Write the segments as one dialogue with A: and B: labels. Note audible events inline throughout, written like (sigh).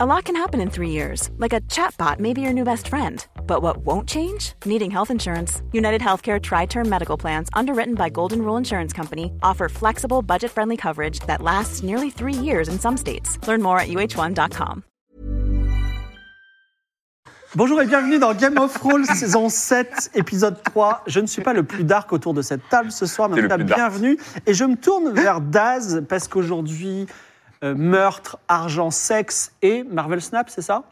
A: A lot can happen in three years, like a chatbot may be your new best friend. But what won't change? Needing health insurance. United Healthcare Tri Term Medical Plans, underwritten by Golden Rule Insurance Company, offer flexible, budget friendly coverage that lasts nearly three years in some states. Learn more at uh1.com.
B: Bonjour et bienvenue dans Game of Thrones, saison 7, épisode 3. Je ne suis pas le plus dark autour de cette table ce soir, mais
C: T'es
B: en tout cas,
C: le plus dark.
B: bienvenue. Et je me tourne vers Daz, parce qu'aujourd'hui, euh, meurtre, argent, sexe et Marvel Snap, c'est ça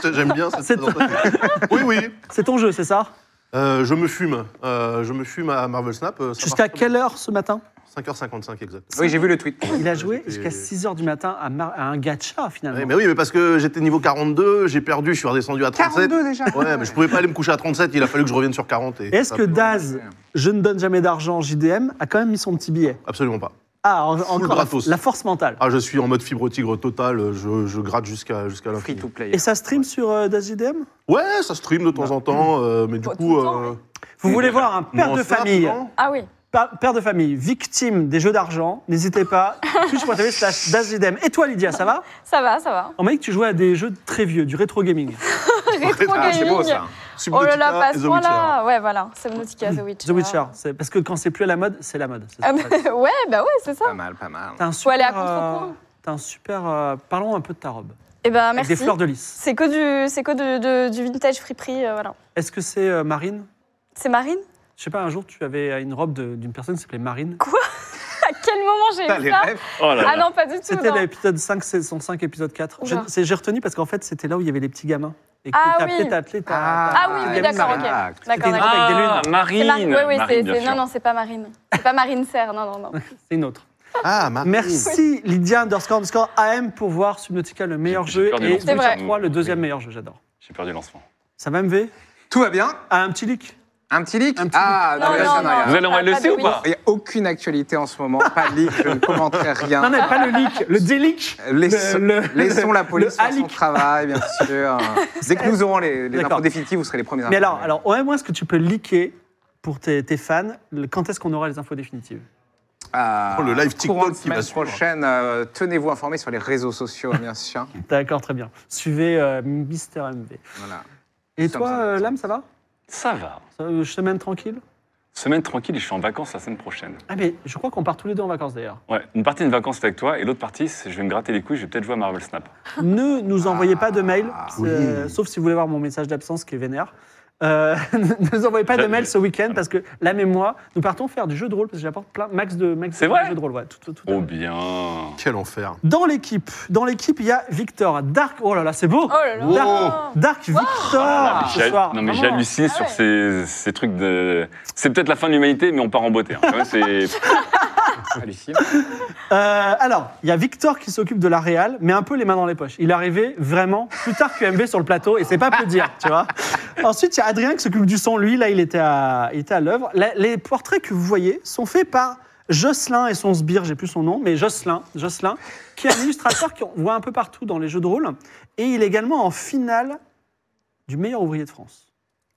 D: Ça, J'aime bien
B: (laughs)
D: cette
B: C'est-
D: présentation. (laughs) Oui, oui.
B: C'est ton jeu, c'est ça
D: Euh, je me fume. Euh, je me fume à Marvel Snap. euh, ça
B: Jusqu'à
D: part-
B: quelle heure ce matin
D: 5h55 exact.
C: Oui, j'ai vu le tweet.
B: Il a joué
D: j'étais-
B: jusqu'à 6 h du matin à, Mar- à un gacha, finalement.
D: Ouais, mais oui, mais parce que j'étais niveau 42, j'ai perdu, je suis redescendu à 37.
C: 42 déjà.
D: Ouais, mais je pouvais pas aller me coucher à 37, il a fallu que je revienne sur 40. Et
B: Et Est-ce
D: ça-
B: que Daz, je ne donne jamais d'argent JDM, a quand même mis son petit billet
D: Absolument pas.
B: Ah, en-
D: Full
B: encore la,
D: gratos.
B: la force mentale.
D: Ah, je suis en mode fibre tigre total, je, je gratte jusqu'à jusqu'à la
C: Free to play.
B: Et ça stream sur euh, Daz JDM
D: Ouais, ça stream de temps en temps, euh, mais du
E: Pas
D: coup.
E: tout le temps,
D: euh,
B: Vous voulez voir un père
D: non,
B: de
D: Snap,
B: famille
D: non
E: Ah oui.
B: Pa- Père de famille, victime des jeux d'argent, n'hésitez
E: (laughs)
B: pas, twitch.tv slash DazJDM. Et toi Lydia, ça va
E: Ça va, ça (laughs) va.
B: On m'a dit que tu jouais à des jeux très vieux, du rétro gaming.
E: Rétro
C: Ah, c'est beau
E: gaming.
C: ça.
E: Oh là là,
D: Subnautica
E: pas à
D: et
E: ce
D: The Witcher.
E: point-là. Ouais, voilà. Subnautica, The Witcher.
B: The Witcher, c'est- parce que quand c'est plus à la mode, c'est la mode. c'est ça.
E: Ah, mais- ouais, bah (laughs) ouais, c'est ça.
C: Pas mal, pas mal.
B: T'as un
E: (laughs) Faut aller à
B: super, euh,
E: contre-courant.
B: t'as un super. euh, parlons un peu de ta robe.
E: Eh ben,
B: Avec
E: merci.
B: des fleurs de lys.
E: C'est que du, c'est que de- de- du vintage friperie, euh, voilà.
B: Est-ce que c'est euh, Marine
E: C'est Marine
B: Je sais pas, un jour tu avais euh, une robe de- d'une personne qui s'appelait Marine.
E: À quel moment j'ai
C: T'as
E: eu
C: les
E: ça
C: rêves.
F: Oh là
E: Ah
F: là.
E: non, pas du tout.
B: C'était
E: non.
B: l'épisode 5, saison 5, épisode 4. Je-
E: Oula.
B: c'est- J'ai retenu parce qu'en fait c'était là où il y avait les petits gamins. Et que
E: Ah
B: t'as
E: oui.
B: peut-être attelé ta- ta-
E: Ah oui,
B: ta
E: oui,
B: gamine
E: d'accord,
B: Marine.
E: ok.
C: Marine.
E: D'accord,
B: C'était une-
E: d'accord.
F: Ah,
B: avec
E: C'est
F: Marine.
E: Marine. Ouais, ouais,
F: Marine,
E: c'est,
F: bien
E: c'est-
F: sûr.
E: non, non, c'est pas Marine. C'est pas Marine Serre, non, non, non.
B: C'est une autre.
D: Ah, Marine.
B: Merci Lydia underscore underscore AM pour voir Subnautica le meilleur
F: J'ai
B: jeu
F: peur du
B: et
F: lancement.
E: C'est
B: Witcher
E: vrai.
B: 3 le deuxième
F: Oui.
B: meilleur jeu, j'adore.
F: J'ai peur du lancement.
B: Ça va MV
C: Tout va bien
B: Ah, un petit leak
C: Un petit leak
B: Un petit
C: Ah,
E: Non,
C: non, là,
E: non,
C: ça n'a
E: non.
C: rien.
F: Vous allez envoyer
E: Ah,
F: le
E: pas
F: C
E: de
F: ou pas
C: Il n'y a aucune actualité en ce moment, pas de leak, je ne commenterai rien.
B: Non, non, pas le leak,
C: (laughs)
B: le déleak
C: Laissons,
B: Le- le-
C: laissons la police
B: le
C: faire son
B: halic.
C: travail, bien
B: (laughs)
C: sûr. Dès que nous aurons les, les
B: D'accord.
C: infos définitives, vous serez les premiers.
B: Mais
C: informés.
B: alors, alors OM, est-ce que tu peux leaker pour tes, tes fans le- Quand est-ce qu'on aura les infos définitives
C: Ah,
D: Oh, le live TikTok
C: courant de
D: qui
C: semaine
D: va suivre.
C: prochaine, euh, tenez-vous informés sur les réseaux sociaux, bien sûr.
B: D'accord, très bien. Suivez euh, Mister MV.
C: Voilà.
B: Et
C: Ça me
B: toi,
C: semble
B: euh,
C: bien.
B: Lame, ça va
F: Ça va.
B: Ça, euh, Semaine tranquille
F: Semaine tranquille et je suis en vacances la semaine prochaine.
B: Ah, mais je crois qu'on part tous les deux en vacances d'ailleurs.
F: Ouais, une partie de vacances avec toi et l'autre partie, c'est je vais me gratter les couilles, je vais peut-être jouer à Marvel Snap.
B: Ne nous envoyez pas de mail,
C: Ah,
B: c'est- euh, sauf si vous voulez voir mon message d'absence qui est vénère. Euh, (laughs) ne nous envoyez pas de
F: Je-
B: mail ce week-end parce que la et moi, nous partons faire du jeu de rôle parce que j'apporte plein max de max
F: C'est
B: de
F: vrai
B: jeux de rôle. Ouais, tout, tout, tout.
F: Oh bien.
D: Quel enfer.
B: Dans l'équipe, dans l'équipe, il y a Victor, Dark. Oh là là, c'est beau.
E: Oh là là.
B: Dark, Dark Victor
F: Ah,
B: ce
F: j'ai-
B: soir.
F: non mais
B: Vraiment.
F: j'hallucine
E: Ah
F: sur
E: ouais.
F: ces, ces trucs de. C'est peut-être la fin de l'humanité, mais on part en beauté. hein. Quand même, c'est-
C: Hallucinant.
B: Euh, alors, il y a Victor qui s'occupe de la Real, mais un peu les mains dans les poches. Il est arrivé vraiment plus tard que MB sur le plateau, et c'est pas peu dire, tu vois. Ensuite, il y a Adrien qui s'occupe du son. Lui, là, il était à, il était à l'œuvre. La- Les portraits que vous voyez sont faits par Jocelyn et son sbire, j'ai plus son nom, mais Jocelyn, Jocelyn, qui est un illustrateur qu'on voit un peu partout dans les jeux de rôle, et il est également en finale du meilleur ouvrier de France.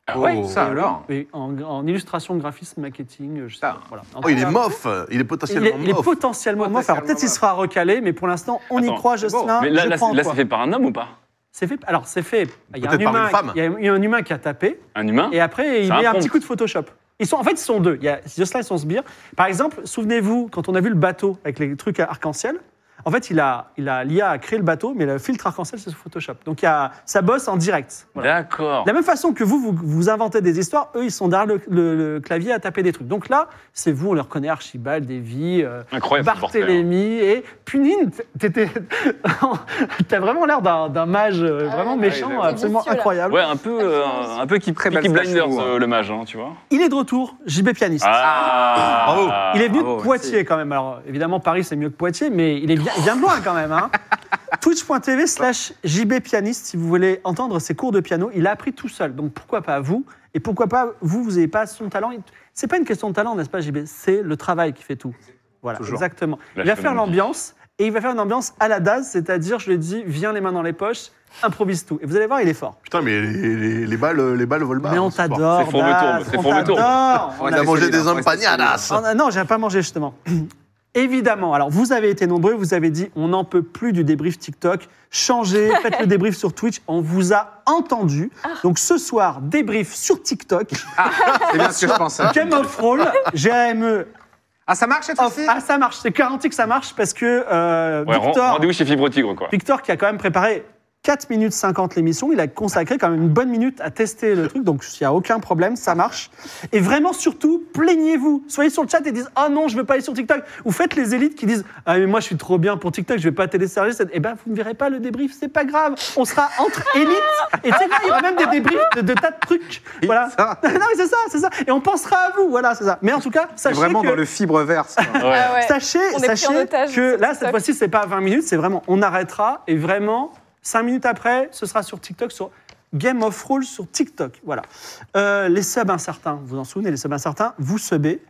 F: Ah ouais.
D: Oh.
C: Ça alors
B: Oui, en, en illustration, graphisme, marketing, je sais pas.
C: Ah.
B: Voilà.
D: Oh, il est
B: En-
D: mof. Il est
B: il est,
D: potentiellement
B: il est
D: mof.
B: potentiellement mof. Alors peut-être il sera recalé, mais pour l'instant, on y
F: Attends,
B: croit,
C: c'est bon.
B: Jocelyn.
F: Mais là,
B: je
F: là,
B: crois en
F: là,
B: toi.
F: c'est fait par un homme ou pas
B: C'est fait. Alors c'est fait. Il y, a un
D: Peut-être par une
B: humain,
D: femme.
B: il y a- il y a un humain qui a tapé,
F: Un humain
B: et après il
F: C'est un
B: met un
F: prompt.
B: petit coup de Photoshop. Ils sont, en fait, ils sont deux. Il y a Jocelyn et son sbire. Par exemple, souvenez-vous quand on a vu le bateau avec les trucs arc-en-ciel. En fait, il a, il a, l'IA a créé le bateau, mais le filtre arc-en-ciel c'est sur Photoshop. Donc il y a, ça bosse en direct. Voilà.
F: D'accord.
B: De la même façon que vous, vous, vous inventez des histoires, eux, ils sont derrière le, le- le clavier à taper des trucs. Donc là, c'est vous, on les reconnaît, Archibald, Davy, euh,
F: Incroyable. ce portrait, hein.
B: Barthélémy et Punine. t'étais- (laughs) T'as vraiment l'air d'un d'un mage euh,
E: Ah
B: vraiment
E: ouais,
B: méchant,
C: ouais, ouais.
B: absolument
E: Vicieux, là.
B: incroyable.
F: Ouais, un peu, euh, un peu qui
C: Très belle flash
F: Blinders,
C: mouvement.
F: euh, le mage, hein, tu vois.
B: Il est de retour, JB pianiste.
F: Ah,
D: Bravo.
B: Il est venu
C: bravo,
B: de Poitiers
C: merci.
B: quand même. Alors évidemment, Paris c'est mieux que Poitiers, mais il, est bien, il vient de loin quand même.
F: (laughs)
B: hein. Twitch.tv slash JB pianiste, si vous voulez entendre ses cours de piano, il a appris tout seul. Donc pourquoi pas vous Et pourquoi pas vous, vous n'avez pas son talent C'est pas une question de talent, n'est-ce pas JB C'est le travail qui fait tout. Voilà,
D: Toujours.
B: exactement.
F: La
B: il va faire
F: chemise.
B: l'ambiance, et il va faire une ambiance à la DAZ, c'est-à-dire, je lui ai dit, viens les mains dans les poches, improvise tout. Et vous allez voir, il est fort.
D: Putain, mais les, les- les balles, les balles volent bas.
B: Mais on
D: hein, ce soir.
B: t'adore,
F: Bah, C'est Fourme-tourbe,
B: Daz,
F: c'est
B: on
F: Fourme-tourbe.
B: t'adore.
C: On
D: On a mangé
C: solide,
D: des
C: hein,
D: hommes
C: ouais, c'est solide.
D: panadas.
B: Ah, non, j'avais pas mangé justement. (clears throat) Évidemment, alors vous avez été nombreux, vous avez dit on n'en peut plus du débrief TikTok, changez, faites le débrief sur Twitch, on vous a entendu. Donc ce soir, débrief sur TikTok,
C: C'est bien ce que je pensais.
B: Game of Thrones, GME
C: Ah, ça marche cette
B: off.
C: fois-ci
B: E. Ah ça marche, c'est garanti que ça marche parce que euh,
F: Ouais, ren-
B: Victor,
F: Rendez-vous chez Fibre Tigre, quoi.
B: Victor qui a quand même préparé 4 minutes 50 l'émission, il a consacré quand même une bonne minute à tester le truc, donc il n'y a aucun problème, ça marche. Et vraiment, surtout, plaignez-vous. Soyez sur le chat et dites Ah non, je ne veux pas aller sur TikTok. Ou faites les élites qui disent Ah mais moi je suis trop bien pour TikTok, je ne vais pas télécharger. cette- Eh ben vous ne verrez pas le débrief, c'est pas grave. On sera entre (laughs) élites. Et tu sais quoi, il y aura même des débriefs de, de tas de trucs. Voilà.
C: Ça,
B: (laughs) non mais c'est ça, c'est ça. Et on pensera à vous, voilà, c'est ça. Mais en tout cas,
C: c'est
B: sachez
C: vraiment
B: que...
C: dans le fibre verse. quoi.
F: Ouais.
E: Ah ouais.
B: Sachez,
E: On est pris
B: sachez
E: en otage
B: que
E: sur
B: là, cette
E: TikTok.
B: fois-ci, c'est pas 20 minutes, c'est vraiment, on arrêtera et vraiment, 5 minutes après, ce sera sur TikTok, sur Game of Rules sur TikTok. Voilà. Euh, les subs incertains, vous vous en souvenez, les subs incertains, vous subez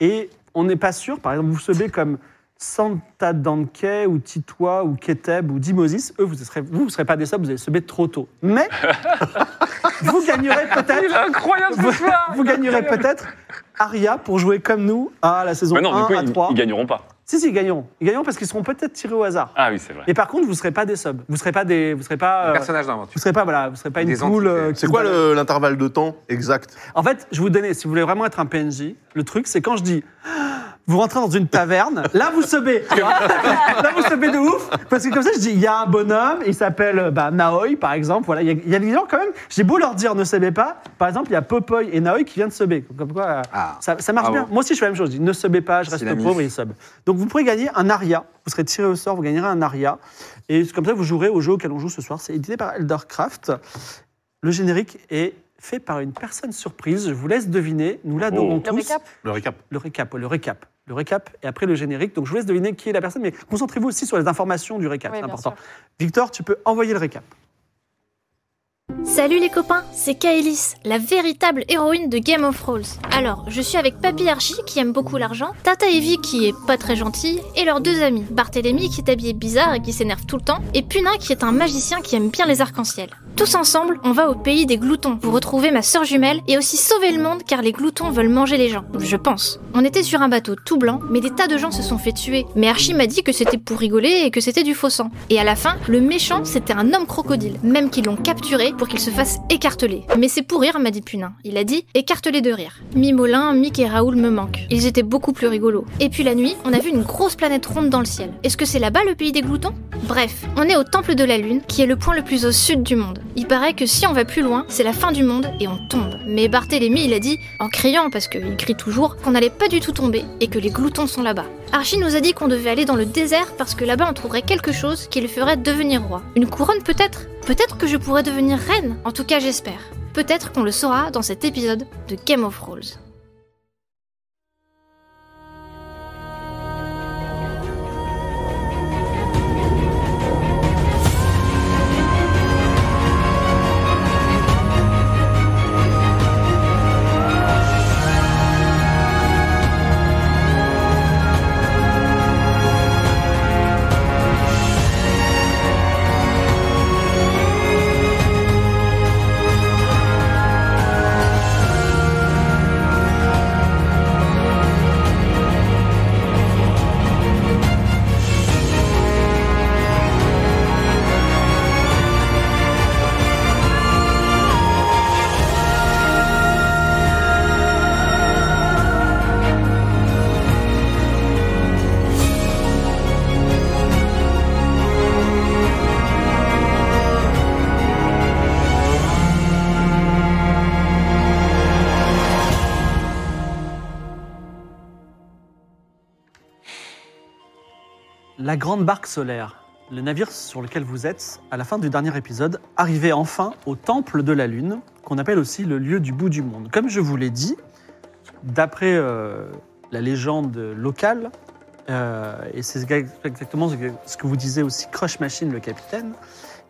B: et on n'est pas sûr. Par exemple, vous subez comme Santa Danke ou Titois ou Keteb ou Dimosis. Eux, vous ne serez, vous, vous serez pas des subs, vous allez subir trop tôt.
E: (laughs)
B: Mais vous gagnerez peut-être.
F: Incroyable
B: Vous, vous gagnerez peut-être Aria pour jouer comme nous à la saison
F: Mais non,
B: 1
F: du coup,
B: à
F: ils,
B: 3.
F: ils gagneront pas.
B: Si, si, ils gagneront. Ils gagneront parce qu'ils seront peut-être tirés au hasard.
F: Ah oui, c'est vrai.
B: Mais par contre, vous ne serez pas des subs. Vous ne serez pas des. Vous serez pas. euh,
C: Personnage d'invention.
B: vous serez pas, voilà, vous serez pas une
C: Des
B: poule.
C: entités.
B: euh, qui
D: C'est quoi
B: vous-
D: le- l'intervalle de temps exact
B: En fait, je vais vous donner, si vous voulez vraiment être un PNJ, le truc, c'est quand je dis. (gasps) Vous rentrez dans une taverne, (laughs) là vous sebez. tu vois. là vous sebez de ouf. Parce que comme ça, je dis, il y a un bonhomme, il s'appelle euh, bah, Naoi, par exemple. Voilà, il y, a- il y a des gens quand même, j'ai beau leur dire ne sebez pas. Par exemple, il y a Popoy et Naoi qui viennent seber. Comme quoi, euh,
C: Ah.
B: ça, ça marche
C: Bravo.
B: bien. Moi aussi, je fais la même chose. Je dis ne sebez pas, je
C: C'est
B: reste
C: la
B: pauvre et il
C: mif.
B: sub. Donc vous pourrez gagner un aria. Vous serez tiré au sort, vous gagnerez un aria. Et c'est comme ça, vous jouerez au jeu auquel on joue ce soir. C'est édité par Eldercraft. Le générique est fait par une personne surprise. Je vous laisse deviner. Nous l'adorons
F: Oh.
E: Le
B: tous.
E: récap
D: Le récap.
B: Le récap, ouais, le récap. Le récap et après le générique. Donc je vous laisse deviner qui est la personne, mais concentrez-vous aussi sur les informations du récap.
E: Oui,
B: c'est
E: bien
B: important.
E: sûr.
B: Victor, tu peux envoyer le récap.
G: Salut les copains, c'est Kaelis, la véritable héroïne de Game of Thrones. Alors, je suis avec Papy Archie qui aime beaucoup l'argent, Tata Evie qui est pas très gentille, et leurs deux amis, Barthélemy qui est habillé bizarre et qui s'énerve tout le temps, et Punin qui est un magicien qui aime bien les arcs-en-ciel. Tous ensemble, on va au pays des gloutons pour retrouver ma sœur jumelle et aussi sauver le monde car les gloutons veulent manger les gens, je pense. On était sur un bateau tout blanc, mais des tas de gens se sont fait tuer, mais Archie m'a dit que c'était pour rigoler et que c'était du faux sang. Et à la fin, le méchant, c'était un homme crocodile, même qu'ils l'ont capturé pour qu'il se fasse écarteler. Mais c'est pour rire, m'a dit Punin. Il a dit écarteler de rire. Mi-Molin, Mick et Raoul me manquent. Ils étaient beaucoup plus rigolos. Et puis la nuit, on a vu une grosse planète ronde dans le ciel. Est-ce que c'est là-bas le pays des gloutons Bref, on est au temple de la lune, qui est le point le plus au sud du monde. Il paraît que si on va plus loin, c'est la fin du monde et on tombe. Mais Barthélemy, il a dit, en criant parce qu'il crie toujours, qu'on n'allait pas du tout tomber et que les gloutons sont là-bas. Archie nous a dit qu'on devait aller dans le désert parce que là-bas on trouverait quelque chose qui le ferait devenir roi. Une couronne peut-être Peut-être que je pourrais devenir reine En tout cas, j'espère. Peut-être qu'on le saura dans cet épisode de Game of Thrones.
B: La grande barque solaire, le navire sur lequel vous êtes, à la fin du dernier épisode, arrivait enfin au temple de la Lune, qu'on appelle aussi le lieu du bout du monde. Comme je vous l'ai dit, d'après euh, la légende locale, euh, et c'est exa- exactement ce que- ce que vous disait aussi Crush Machine, le capitaine,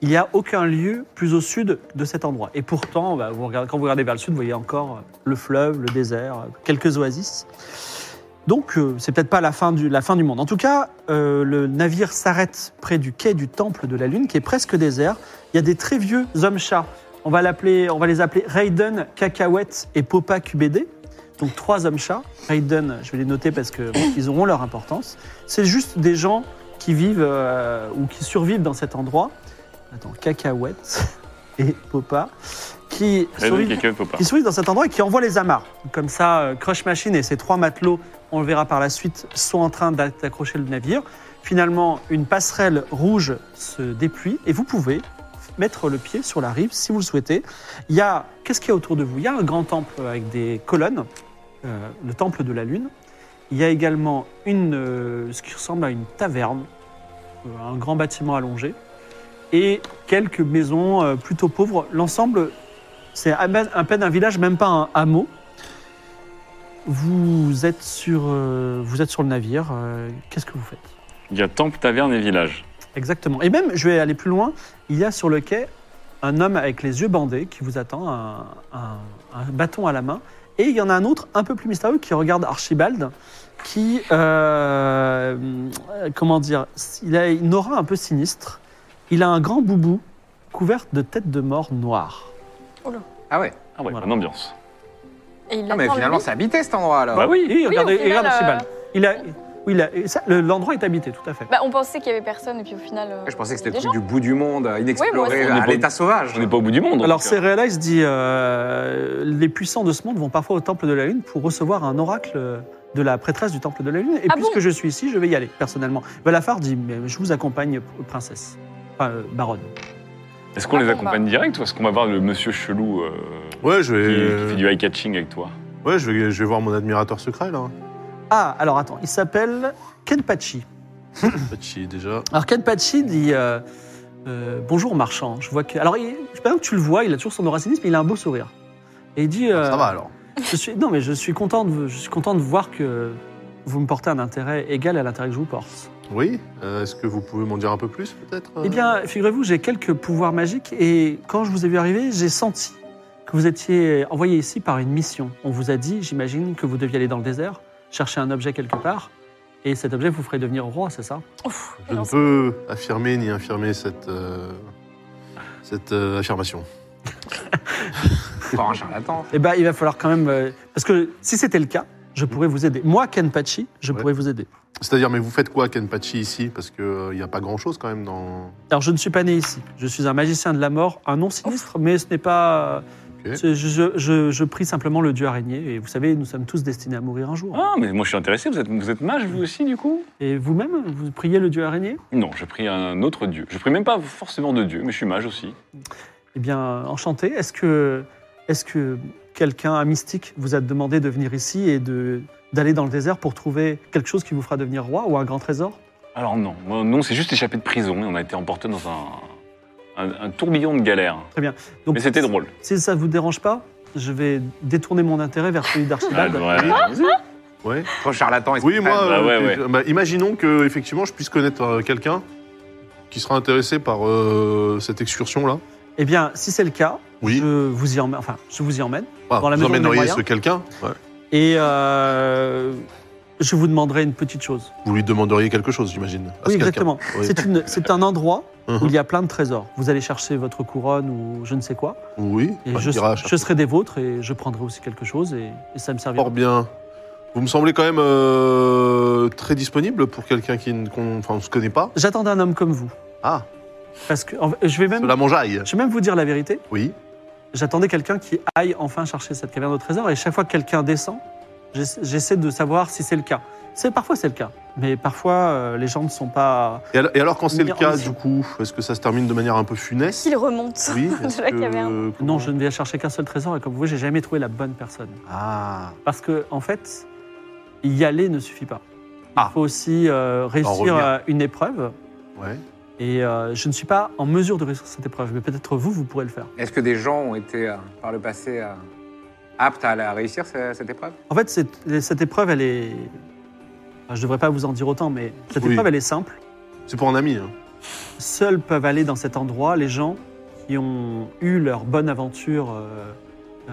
B: il n'y a aucun lieu plus au sud de cet endroit. Et pourtant, bah, vous regardez- quand vous regardez vers le sud, vous voyez encore le fleuve, le désert, quelques oasis. Donc, euh, c'est peut-être pas la fin, du, la fin du monde. En tout cas, euh, le navire s'arrête près du quai du Temple de la Lune, qui est presque désert. Il y a des très vieux hommes-chats. On va, l'appeler- on va les appeler Raiden, Cacahuète et Popa QBD. donc trois hommes chats. Raiden, je vais les noter parce que bon, ils auront leur importance. C'est juste des gens qui vivent euh, ou qui survivent dans cet endroit. Attends, cacahuètes et popa qui
F: Raiden,
B: survivent,
F: quelqu'un peut pas.
B: qui survivent dans cet endroit et qui envoient les amarres. Donc, Comme ça, euh, Crush Machine et ses trois matelots, on le verra par la suite, sont en train d'a- d'accrocher le navire. Finalement, une passerelle rouge se dépluie et vous pouvez mettre le pied sur la rive si vous le souhaitez. Il y a, qu'est-ce qu'il y a autour de vous Il y a un grand temple avec des colonnes, euh, le temple de la lune. Il y a également une, euh, ce qui ressemble à une taverne, euh, un grand bâtiment allongé, et quelques maisons euh, plutôt pauvres. L'ensemble, c'est à peine, à peine un village, même pas un hameau. Vous êtes sur, euh, vous êtes sur le navire. euh, Qu'est-ce que vous faites
F: Il y a temple, taverne et village.
B: Exactement. Et même, je vais aller plus loin, il y a sur le quai un homme avec les yeux bandés qui vous attend, un, un- un bâton à la main. Et il y en a un autre un peu plus mystérieux qui regarde Archibald, qui, euh, euh, comment dire, il a une aura un peu sinistre. Il a un grand boubou couvert de têtes de mort noires.
C: Ah ouais.
F: Ah ouais,
B: Voilà.
F: bonne ambiance.
E: Et il
C: Ah, mais
E: attend,
C: finalement,
E: lui.
C: c'est habité cet endroit alors.
B: Bah oui, oui,
E: Ah au
B: regardez,
E: final,
B: regarde
E: euh,
B: Archibald. Il a, oui, il a- et ça, le- l'endroit est habité, tout à fait.
E: Bah, on pensait qu'il y avait personne, et puis au final. euh,
C: Je pensais que
E: il y
C: c'était
E: a
C: le
E: des
C: truc du bout du monde, euh,
E: moi aussi.
C: inexploré,
F: On est
C: à
F: pas-
C: l'état sauvage.
F: On n'est pas au bout du monde. en
B: Alors,
F: tout
B: c'est
F: cas.
B: réalise se dit euh, les puissants de ce monde vont parfois au temple de la lune pour recevoir un oracle de la prêtresse du temple de la lune. Et
E: Ah
B: puisque
E: bon
B: je suis ici, je vais y aller personnellement. Valafar dit mais je vous accompagne, princesse, enfin euh, baronne.
F: Est-ce qu'on les
E: Ah, bon, bah.
F: accompagne direct ou est-ce qu'on va voir le monsieur chelou euh,
D: Ouais, je
F: qui,
D: vais, euh,
F: qui fait du eye catching avec toi
D: ouais, je vais, je vais voir mon admirateur secret là.
B: Ah, alors attends, il s'appelle Kenpachi.
D: Petit déjà.
B: Alors Kenpachi dit euh, euh, bonjour marchand. Je vois que alors il, je sais pas que tu le vois, il a toujours son aura sinistre, mais il a un beau sourire. Et il dit euh,
D: Ah, Ça va alors.
B: Je suis, non, mais je suis, content de, je suis content de voir que vous me portez un intérêt égal à l'intérêt que je vous porte.
D: Oui. euh, Est-ce que vous pouvez m'en dire un peu plus peut-être euh
B: Eh bien, figurez-vous, j'ai quelques pouvoirs magiques et quand je vous ai vu arriver, j'ai senti que vous étiez envoyé ici par une mission. On vous a dit, j'imagine, que vous deviez aller dans le désert, chercher un objet quelque part et cet objet vous ferait devenir roi, c'est ça
D: Je ne peux affirmer ni infirmer cette, euh, cette euh, affirmation.
C: Encore un charlatan. (laughs)
B: Eh bien, il va falloir quand même. euh, parce que si c'était le cas, je pourrais vous aider. Moi, Kenpachi, je
D: Ouais.
B: pourrais vous aider.
D: C'est-à-dire, mais vous faites quoi, Kenpachi, ici Parce qu'il n'y a pas grand-chose quand même dans.
B: Alors, je ne suis pas né ici. Je suis un magicien de la mort, un nom sinistre, mais ce n'est pas.
D: Ok.
B: Je, je- je- je prie simplement le dieu araignée. Et vous savez, nous sommes tous destinés à mourir un jour.
F: Ah, mais moi je suis intéressé, vous êtes, vous êtes mage vous aussi du coup
B: Et vous-même, vous priez le dieu araignée
F: Non, je prie un autre dieu. Je prie même pas forcément de dieu, mais je suis mage aussi.
B: Eh bien, enchanté. Est-ce que, est que quelqu'un, un mystique, vous a demandé de venir ici et de d'aller dans le désert pour trouver quelque chose qui vous fera devenir roi ou un grand trésor
F: Alors non, moi, non, c'est juste échappé de prison et on a été emporté dans un, un- un tourbillon de galères.
B: Donc,
F: Mais c'était drôle.
B: Si ça vous dérange pas, je vais détourner mon intérêt vers celui
F: Ah,
B: d'Archibald.
F: ouais.
D: Ouais.
C: Trop charlatan.
D: Oui,
C: extrême.
D: moi,
F: Bah
D: euh,
F: ouais,
D: que- bah, imaginons que effectivement, je puisse connaître euh, quelqu'un qui sera intéressé par euh, cette excursion-là.
B: Eh bien, si c'est le cas,
D: Oui.
B: je vous y emmène. Enfin, je vous y emmène.
D: Ah,
B: Dans la
D: vous
B: maison de mes
D: emmèneriez
B: moyens.
D: ce quelqu'un Ouais.
B: Et euh, je vous demanderai une petite chose.
D: Vous lui demanderiez quelque chose, j'imagine. à
B: Oui,
D: ce quelqu'un.
B: exactement.
D: Oui.
B: C'est une- C'est un endroit
D: Mhm.
B: où il y a plein de trésors. Vous allez chercher votre couronne ou je ne sais quoi.
D: Oui.
B: Et
D: bah,
B: je,
D: il ira chercher.
B: je serai des vôtres et je prendrai aussi quelque chose et, et ça me servira.
D: Fort bien. Vous me semblez quand même euh, très disponible pour quelqu'un qui ne qu'on- enfin, on se connaît pas.
B: J'attendais un homme comme vous.
D: Ah,
B: Parce que en- je vais même,
D: cela m'enjaille.
B: je vais même vous dire la vérité.
D: Oui.
B: J'attendais quelqu'un qui aille enfin chercher cette caverne au trésor et chaque fois que quelqu'un descend, j'essa- j'essaie de savoir si c'est le cas. C'est parfois c'est le cas, mais parfois euh, les gens ne sont pas.
D: Et al- et alors, quand c'est le
B: Bien,
D: cas,
B: oui.
D: du coup, est-ce que ça se termine de manière un peu funeste
E: Qu'il remonte. (laughs)
D: Oui.
E: de
D: est-ce
E: la
D: que-
E: caverne.
D: comment-
B: Non, je ne vais chercher qu'un seul trésor et comme vous voyez, j'ai jamais trouvé la bonne personne.
D: Ah.
B: Parce que, en fait, y aller ne suffit pas. Il
D: Ah.
B: faut aussi euh, réussir
D: revenir.
B: euh, une épreuve.
D: Ouais.
B: Et euh, je ne suis pas en mesure de réussir cette épreuve, mais peut-être vous, vous pourrez le faire.
C: Est-ce que des gens ont été, euh, par le passé, euh, aptes à la réussir ce- cette épreuve
B: En fait, cette, cette épreuve, elle est. enfin, je ne devrais pas vous en dire autant, mais cette
D: Oui.
B: épreuve, elle est simple.
D: C'est pour un ami. hein.
B: Seuls peuvent aller dans cet endroit les gens qui ont eu leur bonne aventure euh, euh,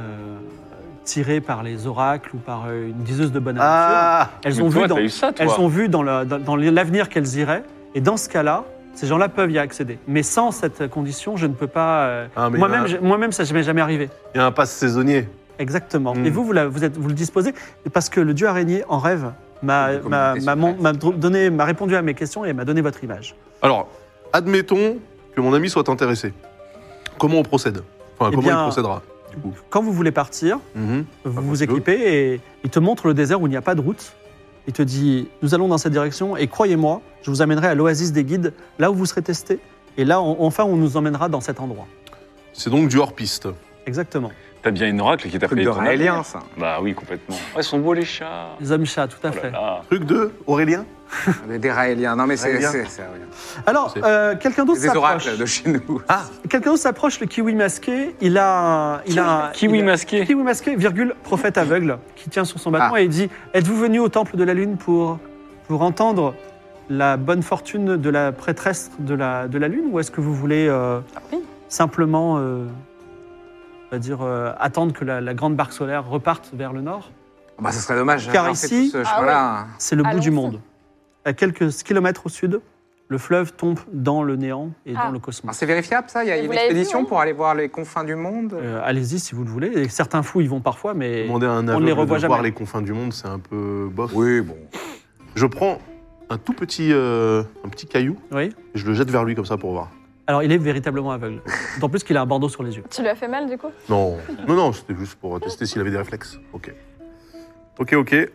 B: tirée par les oracles ou par euh, une diseuse de bonne aventure.
D: Ah.
B: Elles
F: Mais
B: ont
F: toi,
B: vu dans
F: t'as eu ça, toi
B: Elles ont vu dans la- dans- dans l'avenir qu'elles iraient, et dans ce cas-là, ces gens-là peuvent y accéder. Mais sans cette condition, je ne peux pas. euh,
D: Ah, mais il y en a-
B: Moi-même, je- moi-même, ça ne m'est jamais arrivé.
D: Il y a un pass saisonnier.
B: Exactement.
D: Mm.
B: Et vous, vous, la- vous, êtes, vous le disposez parce que le dieu araignée en rêve m'a-
C: Il vous
B: m'a
C: communiquait
B: m'a
C: son
B: mon-
C: rêve.
B: m'a dro- donné- m'a répondu à mes questions et m'a donné votre image.
D: Alors, admettons que mon ami soit intéressé. Comment on procède Enfin,
B: Eh
D: comment
B: bien,
D: il procédera
B: Quand vous voulez partir,
D: Mhm.
B: vous
D: Pas
B: vous
D: comme tu veux.
B: équipez et il te montre le désert où il n'y a pas de route. Il te dit Nous allons dans cette direction et croyez-moi, je vous amènerai à l'oasis des guides, là où vous serez testé. Et là, on- enfin, on nous emmènera dans cet endroit.
D: C'est donc du hors-piste.
B: Exactement.
F: T'as bien une oracle qui t'a
C: Truc
F: payé ton avenir.
C: d'Aurélien, ça.
F: Bah oui, complètement. Ouais, ils sont beaux les chats.
B: Les hommes chats, tout à
F: Oh là
B: fait.
F: là.
D: Truc de Aurélien
C: Des, des Raéliens. Non, mais c'est
D: Raéliens.
C: c'est- c'est Aurélien.
B: Alors,
D: C'est-
B: euh, quelqu'un
C: C'est
B: d'autre
C: des oracles
B: s'approche.
C: de chez nous.
D: Ah
B: Quelqu'un d'autre s'approche, le kiwi masqué. Il a. un- Il a un-
F: Kiwi
B: il a-
F: masqué.
B: Kiwi masqué, virgule, prophète aveugle, qui tient sur son bâton
C: Ah.
B: et il dit Êtes-vous venu au temple de la lune pour, pour entendre la bonne fortune de la prêtresse de la, de la lune Ou est-ce que vous voulez euh,
E: oui.
B: simplement euh, on va dire, euh, attendre que la, la grande barque solaire reparte vers le nord
C: Bah, ce serait dommage.
B: Car
C: d'avoir fait
B: ici-
C: tout ce chemin-là.
B: C'est le bout du
E: Allons-y.
B: monde. À quelques kilomètres au sud, le fleuve tombe dans le néant et
E: Ah.
B: dans le
C: Alors,
B: cosmos.
C: c'est vérifiable, ça Il y a
E: Mais
C: une
E: vous l'avez vu,
C: expédition
E: oui.
C: pour aller voir les confins du monde
B: Euh, Allez-y si vous le voulez. Et certains fous y vont parfois, mais.
D: Demander à un
B: les
D: aveugle de
B: revoit
D: voir
B: jamais.
D: les confins du monde, c'est un peu bof.
C: Oui, bon.
D: Je prends un tout petit, euh, un petit caillou
B: Oui.
D: et je le jette vers lui comme ça pour voir.
B: Alors, il est véritablement aveugle. D'autant plus qu'il a un bandeau sur les yeux.
E: Tu lui as fait mal du coup
D: Non, non, non, c'était juste pour tester s'il avait des réflexes. Ok. Ok, ok.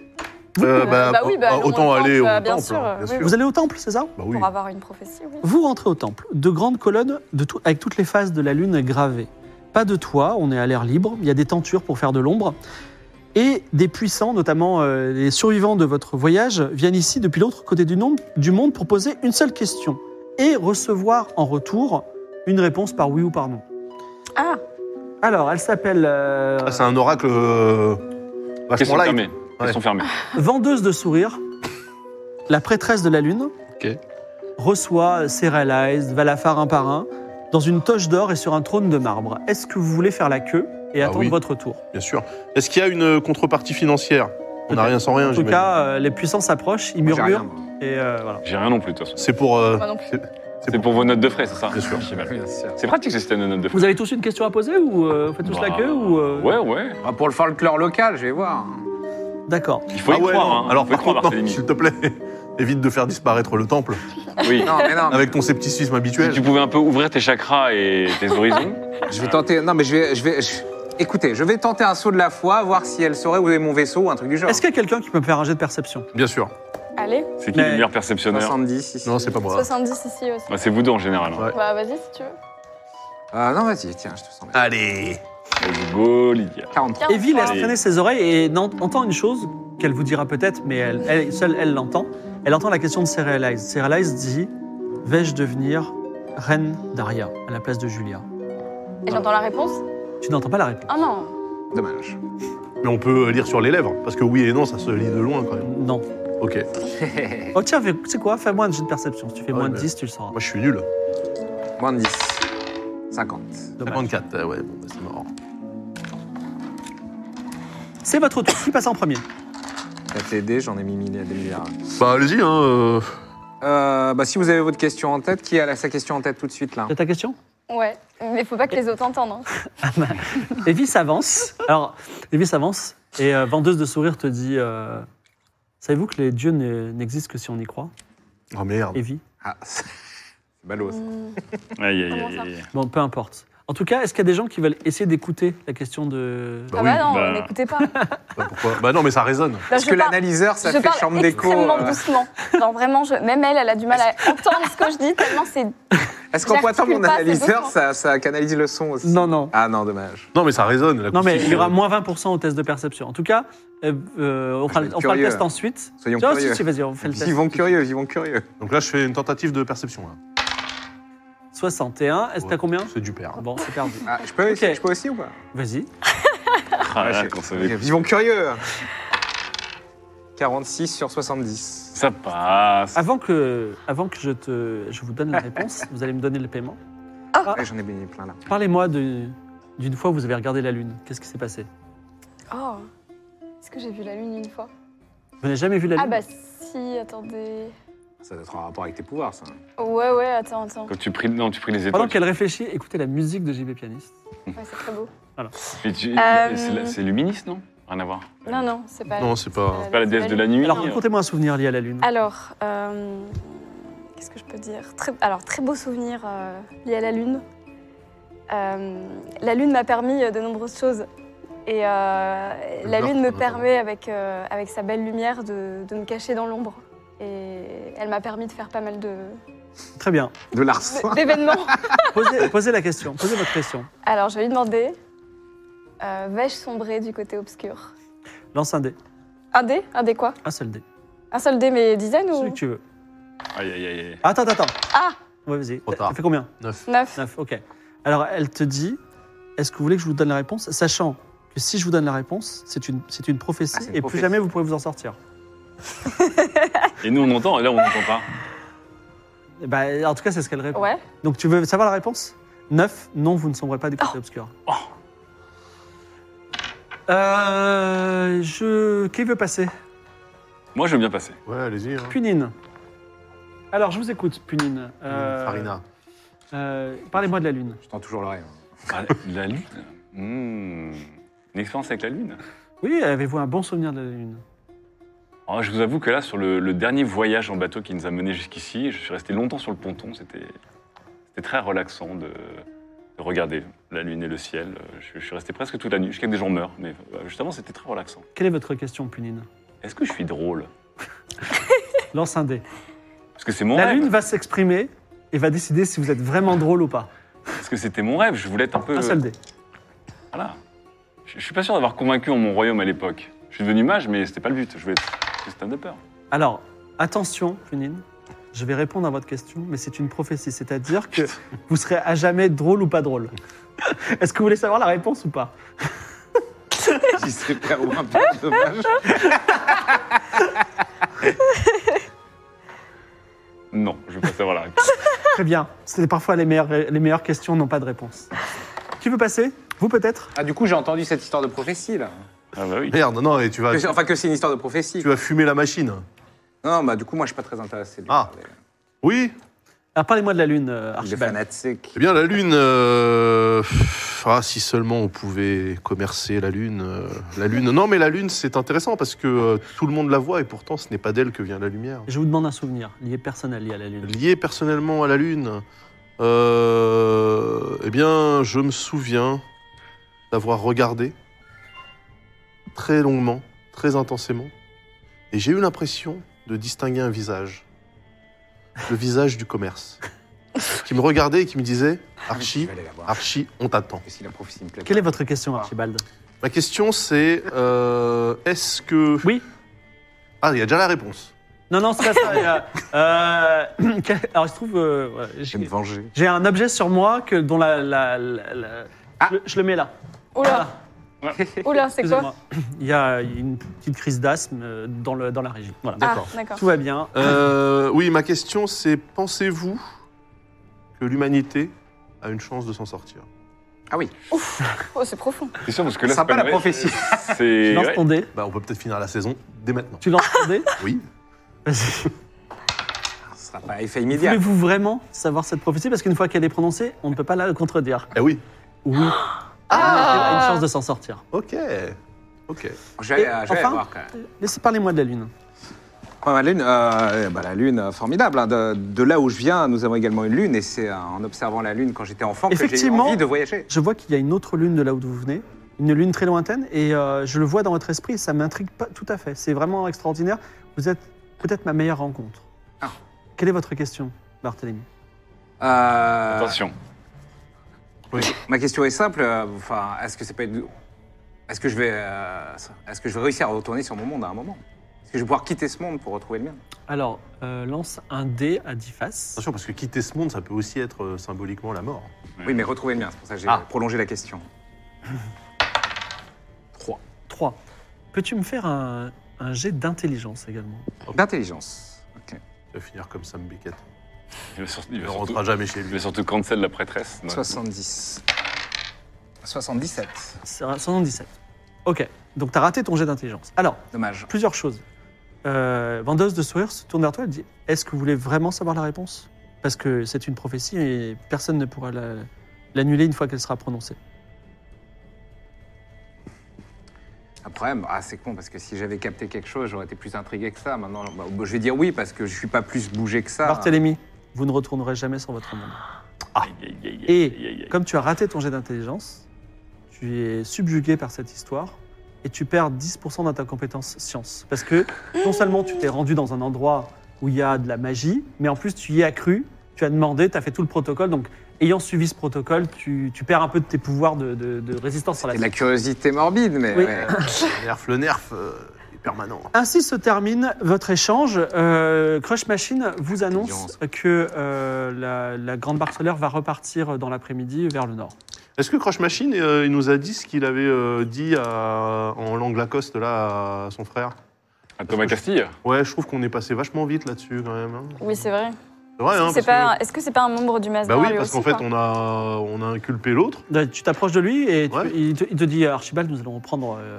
D: Euh, ah,
E: bah oui, bah, allons
D: autant
E: au
D: aller
E: temple,
D: au
E: bien
D: temple,
E: sûr,
D: hein, bien
E: oui,
D: sûr.
B: Vous allez au temple, c'est ça
D: Bah oui.
E: pour avoir une prophétie. Oui.
B: Vous rentrez au temple, de grandes colonnes de tout- avec toutes les phases de la lune gravées. Pas de toit, on est à l'air libre, il y a des tentures pour faire de l'ombre. Et des puissants, notamment euh, les survivants de votre voyage, viennent ici depuis l'autre côté du, nom- du monde pour poser une seule question et recevoir en retour une réponse par oui ou par non.
E: Ah,
B: Alors, elle s'appelle euh,
D: Ah, c'est un oracle euh, vachement
F: Question
D: light.
F: fermée. Question fermée.
B: Vendeuse de sourires, la prêtresse de la lune,
D: Ok.
B: reçoit Serialized, Valafar un par un, dans une toche d'or et sur un trône de marbre. Est-ce que vous voulez faire la queue et
D: Ah
B: attendre
D: oui.
B: votre tour
D: Bien sûr. Est-ce qu'il y a une euh, contrepartie financière On n'a
B: Peut-être.
D: rien sans rien,
B: En tout
D: j'imagine.
B: cas, euh, les puissants s'approchent, ils
C: Moi, j'ai rien,
B: murmurent,
C: moi.
B: et euh, voilà.
F: J'ai rien non plus de toute façon.
D: C'est pour. euh,
E: moi non plus.
D: C'est
F: C'est pour vos notes de frais, c'est ça
D: Bien sûr.
F: J'imagine.
C: Bien sûr.
F: C'est pratique ce système de notes de frais.
B: Vous avez tous une question à poser ou euh, vous faites tous la
F: Bah,
B: queue ou euh,
F: Ouais, ouais.
C: Ah, pour le folklore local, je vais voir.
B: D'accord.
F: Il faut y
D: Ah ouais,
F: croire.
D: non.
F: hein.
D: Alors,
F: Faut y
D: par
F: croire,
D: contre, non,
F: Barthélemy.
D: (laughs) s'il te plaît, évite de faire disparaître le temple
F: Oui.
C: Non, mais (laughs) non. mais-
D: avec ton scepticisme
F: Si
D: habituel.
F: tu pouvais un peu ouvrir tes chakras et tes horizons.
C: Je vais tenter. Non, mais je vais. Je vais je- Écoutez, je vais tenter un saut de la foi, voir si elle saurait où est mon vaisseau ou un truc du genre.
B: Est-ce qu'il y a quelqu'un qui peut me faire un jet de perception
D: Bien sûr.
E: Allez,
F: C'est qui
B: Mais-
F: le meilleur perceptionneur
C: 70 ici.
D: Non, c'est pas moi.
E: 70 ici aussi.
F: Bah, C'est vous deux en général. hein.
D: Ouais.
E: Bah vas-y si tu veux.
C: Ah, non, vas-y, tiens, je te sens bien.
D: Allez
F: Let's go, Lydia.
C: 43.
B: Evie laisse
F: Oui.
B: traîner ses oreilles et n'en- entend une chose qu'elle vous dira peut-être, mais elle, elle- seule elle l'entend. Elle entend la question de Serialized. Serialized dit Vais-je devenir reine d'Aria à la place de Julia
E: Et j'entends la réponse
B: Tu n'entends pas la réponse.
E: Ah non.
C: Dommage.
D: Mais on peut euh, lire sur les lèvres, parce que oui et non, ça se lit de loin quand même.
B: Non.
D: Ok.
B: Oh tiens, fais- tu sais quoi Fais moins de jet de perception. Si tu fais
D: Ah
B: moins
D: ouais,
B: de
D: mais-
B: 10, tu le sauras.
D: Moi, je suis nul.
C: Moins de 10. 50.
B: Dommage.
D: 54, euh, ouais, bon, bah, c'est marrant.
B: C'est votre tour. Qui passe en premier
C: Peut-être les dés, j'en ai mis mille et des milliards.
D: Bah, allez-y, hein. euh,
C: Euh, bah, si vous avez votre question en tête, qui a la- sa question en tête tout de suite là
B: (laughs) C'est ta question
E: Ouais, mais faut pas que les autres entendent. hein.
B: Evie s'avance. Alors, Evie s'avance et euh, Vendeuse de sourire te dit euh, Savez-vous que les dieux ne- n'existent que si on y croit
D: Oh merde.
B: Evie
C: Ah, c'est ballot ça.
E: Hmm.
F: Aïe, aïe,
E: Comment
F: aïe,
E: ça
F: aïe.
B: Bon, peu importe. En tout cas, est-ce qu'il y a des gens qui veulent essayer d'écouter la question de.
D: Bah
E: ah
D: oui,
E: bah non,
F: bah-
E: n'écoutez pas.
D: Bah, pourquoi Bah, non, mais ça résonne.
E: Là,
C: Parce
E: je
C: que
E: parle-
C: l'analyseur, ça
E: je
C: fait
E: parle
C: chambre d'écho.
E: extrêmement
C: euh.
E: doucement. Genre vraiment, je- même elle, elle a du mal à entendre ce que je dis tellement c'est.
C: Est-ce qu'en pointant mon
E: J'articule pas, c'est
C: analyseur,
E: doucement.
C: ça, ça canalise le son aussi
B: Non, non.
C: Ah non, dommage.
D: Non, mais ça résonne.
B: Non, mais
D: l'acoustique,
B: il y aura
D: euh,
B: moins 20% au test de perception. En tout cas, euh, euh, on, fera,
C: vais être
B: on fera le
C: curieux.
B: test ensuite.
C: Soyons
B: Ah, si,
C: curieux.
B: si, vas-y, on fait le test.
C: Vivons curieux, vivons curieux.
D: Donc là, je fais une tentative de perception. Là.
B: 61. Est-ce que t'as
D: Ouais.
B: combien
D: C'est du père.
B: Bon, c'est perdu.
C: Ah, je, peux,
B: Ok.
C: je peux aussi ou pas
B: Vas-y.
F: Ah, là,
C: Ouais, je-
F: qu'on savait-
C: Vivons curieux 46 sur 70.
F: Ça passe.
B: Avant que, avant que je, te, je vous donne la réponse, vous allez me donner le paiement.
C: Ouais, Eh, J'en ai béni plein là.
B: Parlez-moi de- d'une fois où vous avez regardé la Lune. Qu'est-ce qui s'est passé
E: Oh Est-ce que j'ai vu la lune une fois bah,
B: Vous n'avez jamais vu la Lune
E: Ah bah si, attendez.
C: Ça doit être en rapport avec tes pouvoirs, ça.
E: Ouais, ouais, attends, attends.
F: Quand tu pries, non, tu pries les étoiles.
B: Pendant qu'elle réfléchit, écoutez la musique de JB Pianiste.
E: Ouais, c'est très beau.
F: tu- tu-
E: Euh,
F: C'est la- c'est luministe, non Rien à voir.
E: Non, non, c'est pas.
D: Non, c'est pas.
F: pas la déesse de la nuit.
B: Alors,
F: Oui, euh.
B: racontez-moi un souvenir lié à la lune.
E: Alors, euh, qu'est-ce que je peux dire Très- Alors, très beau souvenir euh, lié à la Lune. Euh, la Lune m'a permis euh, de nombreuses choses. Et euh, la
D: Le
E: Lune me
D: meurtre, notamment.
E: permet, avec, euh, avec sa belle lumière, de, de me cacher dans l'ombre. Et elle m'a permis de faire pas mal de-
B: Très bien.
C: De l'arsen.
E: de- d'événements. (laughs)
B: Posez, posez la question, posez votre question.
E: Alors, je vais lui demander euh, vais-je sombrer du côté obscur
B: Lance un dé,
E: Un dé Un dé quoi
B: un seul dé,
E: Un seul dé, mais dizaine
B: celui
E: ou
B: que tu veux.
F: Aïe, aïe, aïe, aïe.
B: Attends, attends, attends.
E: Oh. Ah
B: Ouais, vas-y.
D: Trop tard.
B: Ça fait combien
D: Neuf.
E: Neuf.
B: 9, ok. Alors, elle te dit est-ce que vous voulez que je vous donne la réponse Sachant que si je vous donne la réponse, c'est une, c'est une prophétie
C: Ah, c'est une
B: et plus
C: prophétie.
B: jamais vous pourrez vous en sortir.
F: Et nous, on entend, et là, on n'entend pas.
B: Eh ben, en tout cas, c'est ce qu'elle répond.
E: Ouais.
B: Donc, tu veux savoir la réponse 9, non, vous ne sombrez pas du
E: Oh.
B: côté obscur. Euh, je... Qui veut passer
F: Moi, je veux bien passer.
D: Ouais, allez-y. Hein.
B: Punine. Alors, je vous écoute, Punine. Euh,
D: Farina.
B: euh, Parlez-moi de la lune.
C: Je tends toujours l'oreille. hein. (laughs)
F: Ah, la lune Hmm. Une expérience avec la lune
B: Oui, avez-vous un bon souvenir de la lune
F: Ah, Je vous avoue que là, sur le, le dernier voyage en bateau qui nous a menés jusqu'ici, je suis resté longtemps sur le ponton. C'était c'était très relaxant de, de regarder la lune et le ciel. Je, je suis resté presque toute la nuit, jusqu'à que des gens meurent. Mais euh, juste avant, c'était très relaxant.
B: Quelle est votre question, Punine
F: Est-ce que je suis drôle
B: Lance un dé.
F: Parce que c'est mon
B: La
F: rêve.
B: lune va s'exprimer et va décider si vous êtes vraiment drôle ou pas.
F: Parce que c'était mon rêve. Je voulais être un peu.
B: Un seul dé.
F: Voilà. Je, je suis pas sûr d'avoir convaincu en mon royaume à l'époque. Je suis devenu mage, mais c'était pas le but. Je voulais être stand-upper.
B: Alors, attention, Punine, je vais répondre à votre question, mais c'est une prophétie, c'est-à-dire que vous serez à jamais drôle ou pas
F: (laughs)
B: drôle. Est-ce que vous voulez savoir la réponse ou pas
C: J'y serais père ou un peu dommage.
F: Non, je veux pas savoir la réponse.
B: Très bien, c'est parfois les meilleures, les meilleures questions n'ont pas de réponse. Qui veut passer Vous peut-être
C: Ah, du coup, j'ai entendu cette histoire de prophétie, là.
F: Ah bah oui.
D: Merde, non, et tu vas,
C: Que c'est- Enfin, que c'est une histoire de prophétie.
D: tu vas fumer la machine.
C: Non, non, bah, du coup, moi, je suis pas très intéressé. lui,
D: Ah.
C: par les-
D: Oui,
B: Alors parlez-moi de la lune, euh,
C: les
B: Archibald.
C: fanatiques.
D: eh bien, la Lune. euh, pff, Ah, si seulement on pouvait commercer la Lune. euh, La Lune. Non, mais la Lune, c'est intéressant parce que euh, tout le monde la voit et pourtant, ce n'est pas d'elle que vient la lumière.
B: Je vous demande un souvenir lié personnel lié à la lune.
D: Lié personnellement à la Lune, euh, eh bien, je me souviens d'avoir regardé très longuement, très intensément, et j'ai eu l'impression de distinguer un visage. Le visage du commerce. Qui me regardait et qui me disait
C: Je
D: Archie,
C: vais aller la voir.
D: Archie, on t'attend.
C: Et si la prophétie me plaît
B: Quelle est
C: pas.
B: votre question, Archibald
D: Ma question, c'est euh, est-ce que.
B: Oui.
D: Ah, il y a déjà la réponse.
B: Non, non, c'est pas ça. euh, euh, (coughs) quel- Alors, il se trouve. euh, voilà,
C: Je
B: j'ai-
C: vais me venger.
B: J'ai un objet sur moi que, dont la. la- la- la-
C: Ah.
B: je, je le mets là.
E: Oula, oula, c'est quoi
B: Excusez-moi. Il y a une petite crise d'asthme euh, dans, le- dans la régie. Voilà.
E: Ah, d'accord.
B: Tout va bien.
D: Euh, oui, ma question c'est pensez-vous que l'humanité a une chance de s'en sortir
C: Ah oui.
E: Oh, c'est profond.
F: C'est sûr, parce que là,
C: Sympa
F: c'est pas
C: la
F: une-
C: prophétie.
F: C'est.
B: Tu lances
F: ouais.
B: ton dé.
D: Bah, on peut peut-être finir la saison dès
F: (laughs)
D: maintenant.
B: Tu lances ton dé.
D: Oui.
B: Vas-y.
C: Ce sera pas effet immédiat.
B: Voulez-vous vraiment savoir cette prophétie Parce qu'une fois qu'elle est prononcée, on ne peut pas la contredire.
D: Eh oui.
B: Oui.
E: Ah.
B: Elle Ah, a une chance de s'en sortir.
D: Ok. Ok.
C: Je vais
B: Et
C: aller, je vais
B: enfin-
C: aller voir quand même.
B: Laissez parler-moi de la lune.
C: Enfin, la lune, euh, bah, la lune, euh, formidable. hein. De, de là où je viens, nous avons également une lune, et c'est euh, en observant la lune quand j'étais enfant que j'ai eu
B: Effectivement.
C: envie de voyager.
B: Je vois qu'il y a une autre lune de là où vous venez, une lune très lointaine, et euh, je le vois dans votre esprit, et ça m'intrigue pas tout à fait. C'est vraiment extraordinaire. Vous êtes peut-être ma meilleure rencontre.
C: Ah.
B: Quelle est votre question, Barthélemy
C: Euh,
F: Attention.
C: ma question est simple. euh, Enfin, est-ce que ça peut être, est-ce que je vais, euh, est-ce que je vais réussir à retourner sur mon monde à un moment Est-ce que je vais pouvoir quitter ce monde pour retrouver le mien
B: Alors, euh, lance un dé à 10 faces.
D: Attention, parce que quitter ce monde, ça peut aussi être euh, symboliquement la mort.
C: Oui, mais retrouver le mien. C'est pour ça que j'ai
B: Ah.
C: prolongé la question. 3.
B: 3. Peux-tu me faire un, un jet d'intelligence également
C: D'intelligence. Ok.
D: Tu vas finir comme Sam Beckett.
F: Il va surtout, il
D: Il
F: va
D: ne
F: surtout-
D: rentrera jamais chez
F: il
D: lui.
F: va surtout cancel la prêtresse. Non.
C: 70. 77.
B: C'est un 117. Ok, donc tu as raté ton jet d'intelligence. Alors,
C: Dommage.
B: plusieurs choses. euh, vendeuse de sourire se tourne vers toi et dit Est-ce que vous voulez vraiment savoir la réponse Parce que c'est une prophétie et personne ne pourra la- l'annuler une fois qu'elle sera prononcée.
C: Un problème Ah, c'est con, parce que si j'avais capté quelque chose, j'aurais été plus intrigué que ça. Maintenant, bah, je vais dire oui, parce que je suis pas plus bougé que ça.
B: Barthélemy, vous ne retournerez jamais sur votre monde.
F: Aïe, aïe, aïe,
B: Et
F: aïe, aïe, aïe.
B: Comme tu as raté ton jet d'intelligence, tu es subjugué par cette histoire et tu perds 10% dans ta compétence science. Parce que non seulement tu t'es rendu dans un endroit où il y a de la magie, mais en plus tu y es accru, tu as demandé, tu as fait tout le protocole. Donc, ayant suivi ce protocole, tu, tu perds un peu de tes pouvoirs de, de- de résistance à la
C: C'est de la curiosité morbide, mais.
B: Oui.
C: ouais.
D: Le nerf, le nerf euh, est permanent.
B: Ainsi se termine votre échange. Euh, Crush Machine vous annonce
C: Intelligence.
B: que euh, la, la grande barque solaire va repartir dans l'après-midi vers le nord.
D: Est-ce que Crush Machine, euh, il nous a dit ce qu'il avait euh, dit à- en langue Lacoste là, à son frère
F: À Thomas Castille
D: Ouais, je trouve qu'on est passé vachement vite là-dessus quand même. hein.
E: Oui, c'est vrai.
D: C'est vrai, hein, parce
E: C'est pas-
D: que-
E: Est-ce que c'est pas un membre du Mazda
D: Bah oui,
E: lui
D: parce
E: aussi,
D: qu'en fait,
E: quoi
D: on a, on a inculpé l'autre.
B: Là, Euh, Tu t'approches de lui et tu-
D: Ouais.
B: il, te, il te dit euh, Archibald, nous allons reprendre. euh,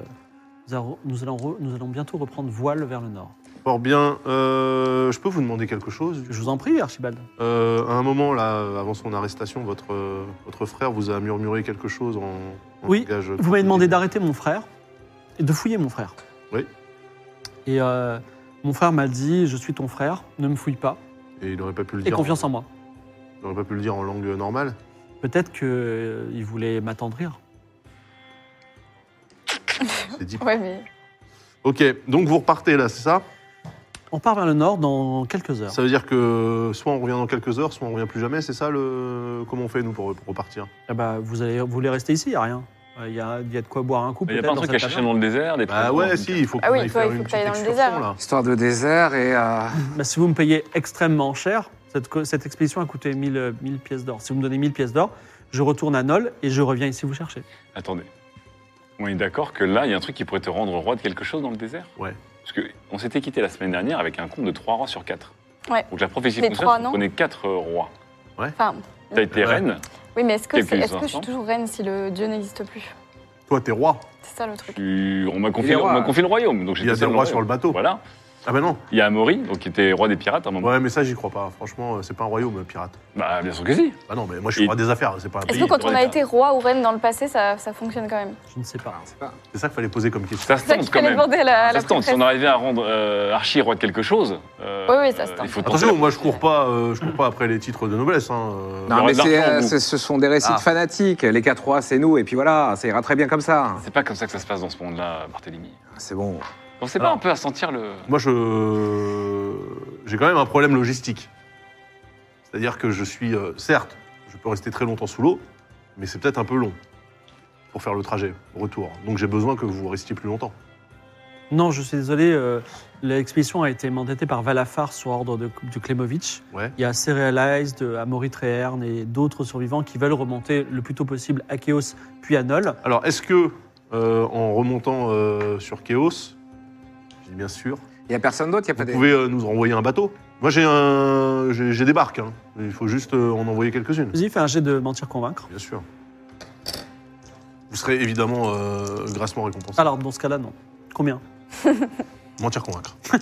B: nous allons- nous, allons re- nous allons bientôt reprendre voile vers le nord.
D: Fort bien, euh, je peux vous demander quelque chose
B: Je vous en prie, Archibald.
D: Euh, À un moment, là, euh, avant son arrestation, votre, euh, votre frère vous a murmuré quelque chose en, en
B: Oui,
D: langage
B: Vous m'avez demandé
D: quotidien.
B: d'arrêter mon frère et de fouiller mon frère.
D: Oui.
B: Et euh, mon frère m'a dit Je suis ton frère, ne me fouille pas
D: Et il n'aurait pas pu le
B: et
D: dire.
B: confiance en moi.
D: Il aurait pas pu le dire en langue normale.
B: Peut-être qu'il voulait m'attendrir.
D: C'est dit.
E: Ouais, mais
D: Ok, donc vous repartez là, c'est ça
B: On part vers le nord dans quelques heures.
D: Ça veut dire que soit on revient dans quelques heures, soit on revient plus jamais. C'est ça le comment on fait nous pour, pour repartir
B: Ah bah, vous, allez, vous voulez rester ici, il n'y a rien. Euh, Il y, a, il y a de quoi boire un coup.
F: Il n'y a
B: peut-être,
F: pas un
B: dans
F: truc
B: cette
F: à chercher
B: taverne.
F: dans le désert des
D: Bah
F: trésors,
D: ouais,
F: un truc
D: si, il faut qu'on
E: Ah oui,
D: aille
E: toi,
D: faire
E: il
D: une
E: faut que
D: petite
E: t'ailles dans le
D: excursion
E: désert. hein.
D: là.
C: (laughs) Histoire de désert et. euh,
B: Bah, si vous me payez extrêmement cher, cette, co- cette expédition a coûté 1000, euh, 1000 pièces d'or. Si vous me donnez 1000 pièces d'or, je retourne à Nol et je reviens ici vous chercher.
F: Attendez. On est d'accord que là, il y a un truc qui pourrait te rendre roi de quelque chose dans le désert
D: Ouais.
F: Parce qu'on s'était quitté la semaine dernière avec un compte de 3 rois sur 4.
E: Ouais.
F: Donc la prophétie
E: Les trois,
F: fonctionne,
E: non Mmh.
F: on connaît 4 rois.
E: enfin,
F: T'as été
D: Ouais.
F: reine,
E: oui, mais est-ce que,
F: Quelques
E: c'est- est-ce que je
F: instants.
E: suis toujours reine si le dieu n'existe plus
D: Toi, t'es roi.
E: C'est ça le truc.
F: tu- on m'a
C: Il est
F: confié,
C: roi.
F: on m'a confié le royaume. Donc
D: Il y a
F: j'étais
D: des
F: seul
D: rois
F: dans
D: sur le bateau.
F: Voilà.
D: Ah bah non.
F: Il y a Amaury, donc qui était roi des pirates à un moment.
D: Ouais, mais ça, j'y crois pas. Franchement, euh, c'est pas un royaume euh, pirate.
F: Bah bien sûr que si.
D: Bah non, mais moi, je suis
F: Et-
D: roi des affaires. C'est pas un
E: Est-ce
D: pays.
E: que
F: Oui,
E: quand on
F: dans
E: a
F: les
E: été roi ou reine dans le passé, ça, ça fonctionne quand même
B: Je ne sais pas.
C: enfin, c'est pas-
D: C'est ça qu'il fallait poser comme question.
F: Ça se
E: C'est ça qu'il
F: tente quand
E: fallait
F: même.
E: demander à la, à la
F: Ça se tente. Si on
E: prêtresse.
F: arrivait à rendre euh, Archie roi de quelque chose, euh,
E: Oui, oui, ça se tente.
F: il faut tenter.
D: Attention, moi, je cours pas, euh, je cours pas après les titres de noblesse. Hein. euh.
F: y
C: Non,
F: aura
C: mais
F: de
C: c'est,
F: l'argent,
C: euh,
F: vous.
C: c'est- ce sont des récits
D: Ah.
C: de fanatiques. Les quatre rois, c'est nous, et puis voilà, ça ira très bien comme ça.
F: C'est pas comme ça que ça se passe dans ce monde-là, Barthélemy.
C: C'est bon.
F: On sait pas
D: Alors.
F: un peu à sentir le.
D: Moi, je. J'ai quand même un problème logistique. C'est-à-dire que je suis. euh, certes, je peux rester très longtemps sous l'eau, mais c'est peut-être un peu long pour faire le trajet, retour. Donc j'ai besoin que vous restiez plus longtemps.
B: Non, je suis désolé. euh, L'expédition a été mandatée par Valafar sur ordre de, de Klemovitch.
D: Ouais.
B: Il y a Serialize, de Amaury Treherne et d'autres survivants qui veulent remonter le plus tôt possible à Chaos puis à Nol.
D: Alors, est-ce que, euh, en remontant euh, sur Chaos, je dis bien sûr,
C: Il y a personne d'autre, il y a pas
D: vous
C: des.
D: pouvez euh, nous envoyer un bateau Moi, j'ai un, j'ai j'ai des barques. hein. Il faut juste euh, en envoyer quelques-unes.
B: Vas-y, fais un jet de mentir-convaincre.
D: Bien sûr. Vous serez évidemment euh, grassement récompensé.
B: Alors, dans ce cas-là, non. Combien
D: Mentir convaincre.
F: (laughs)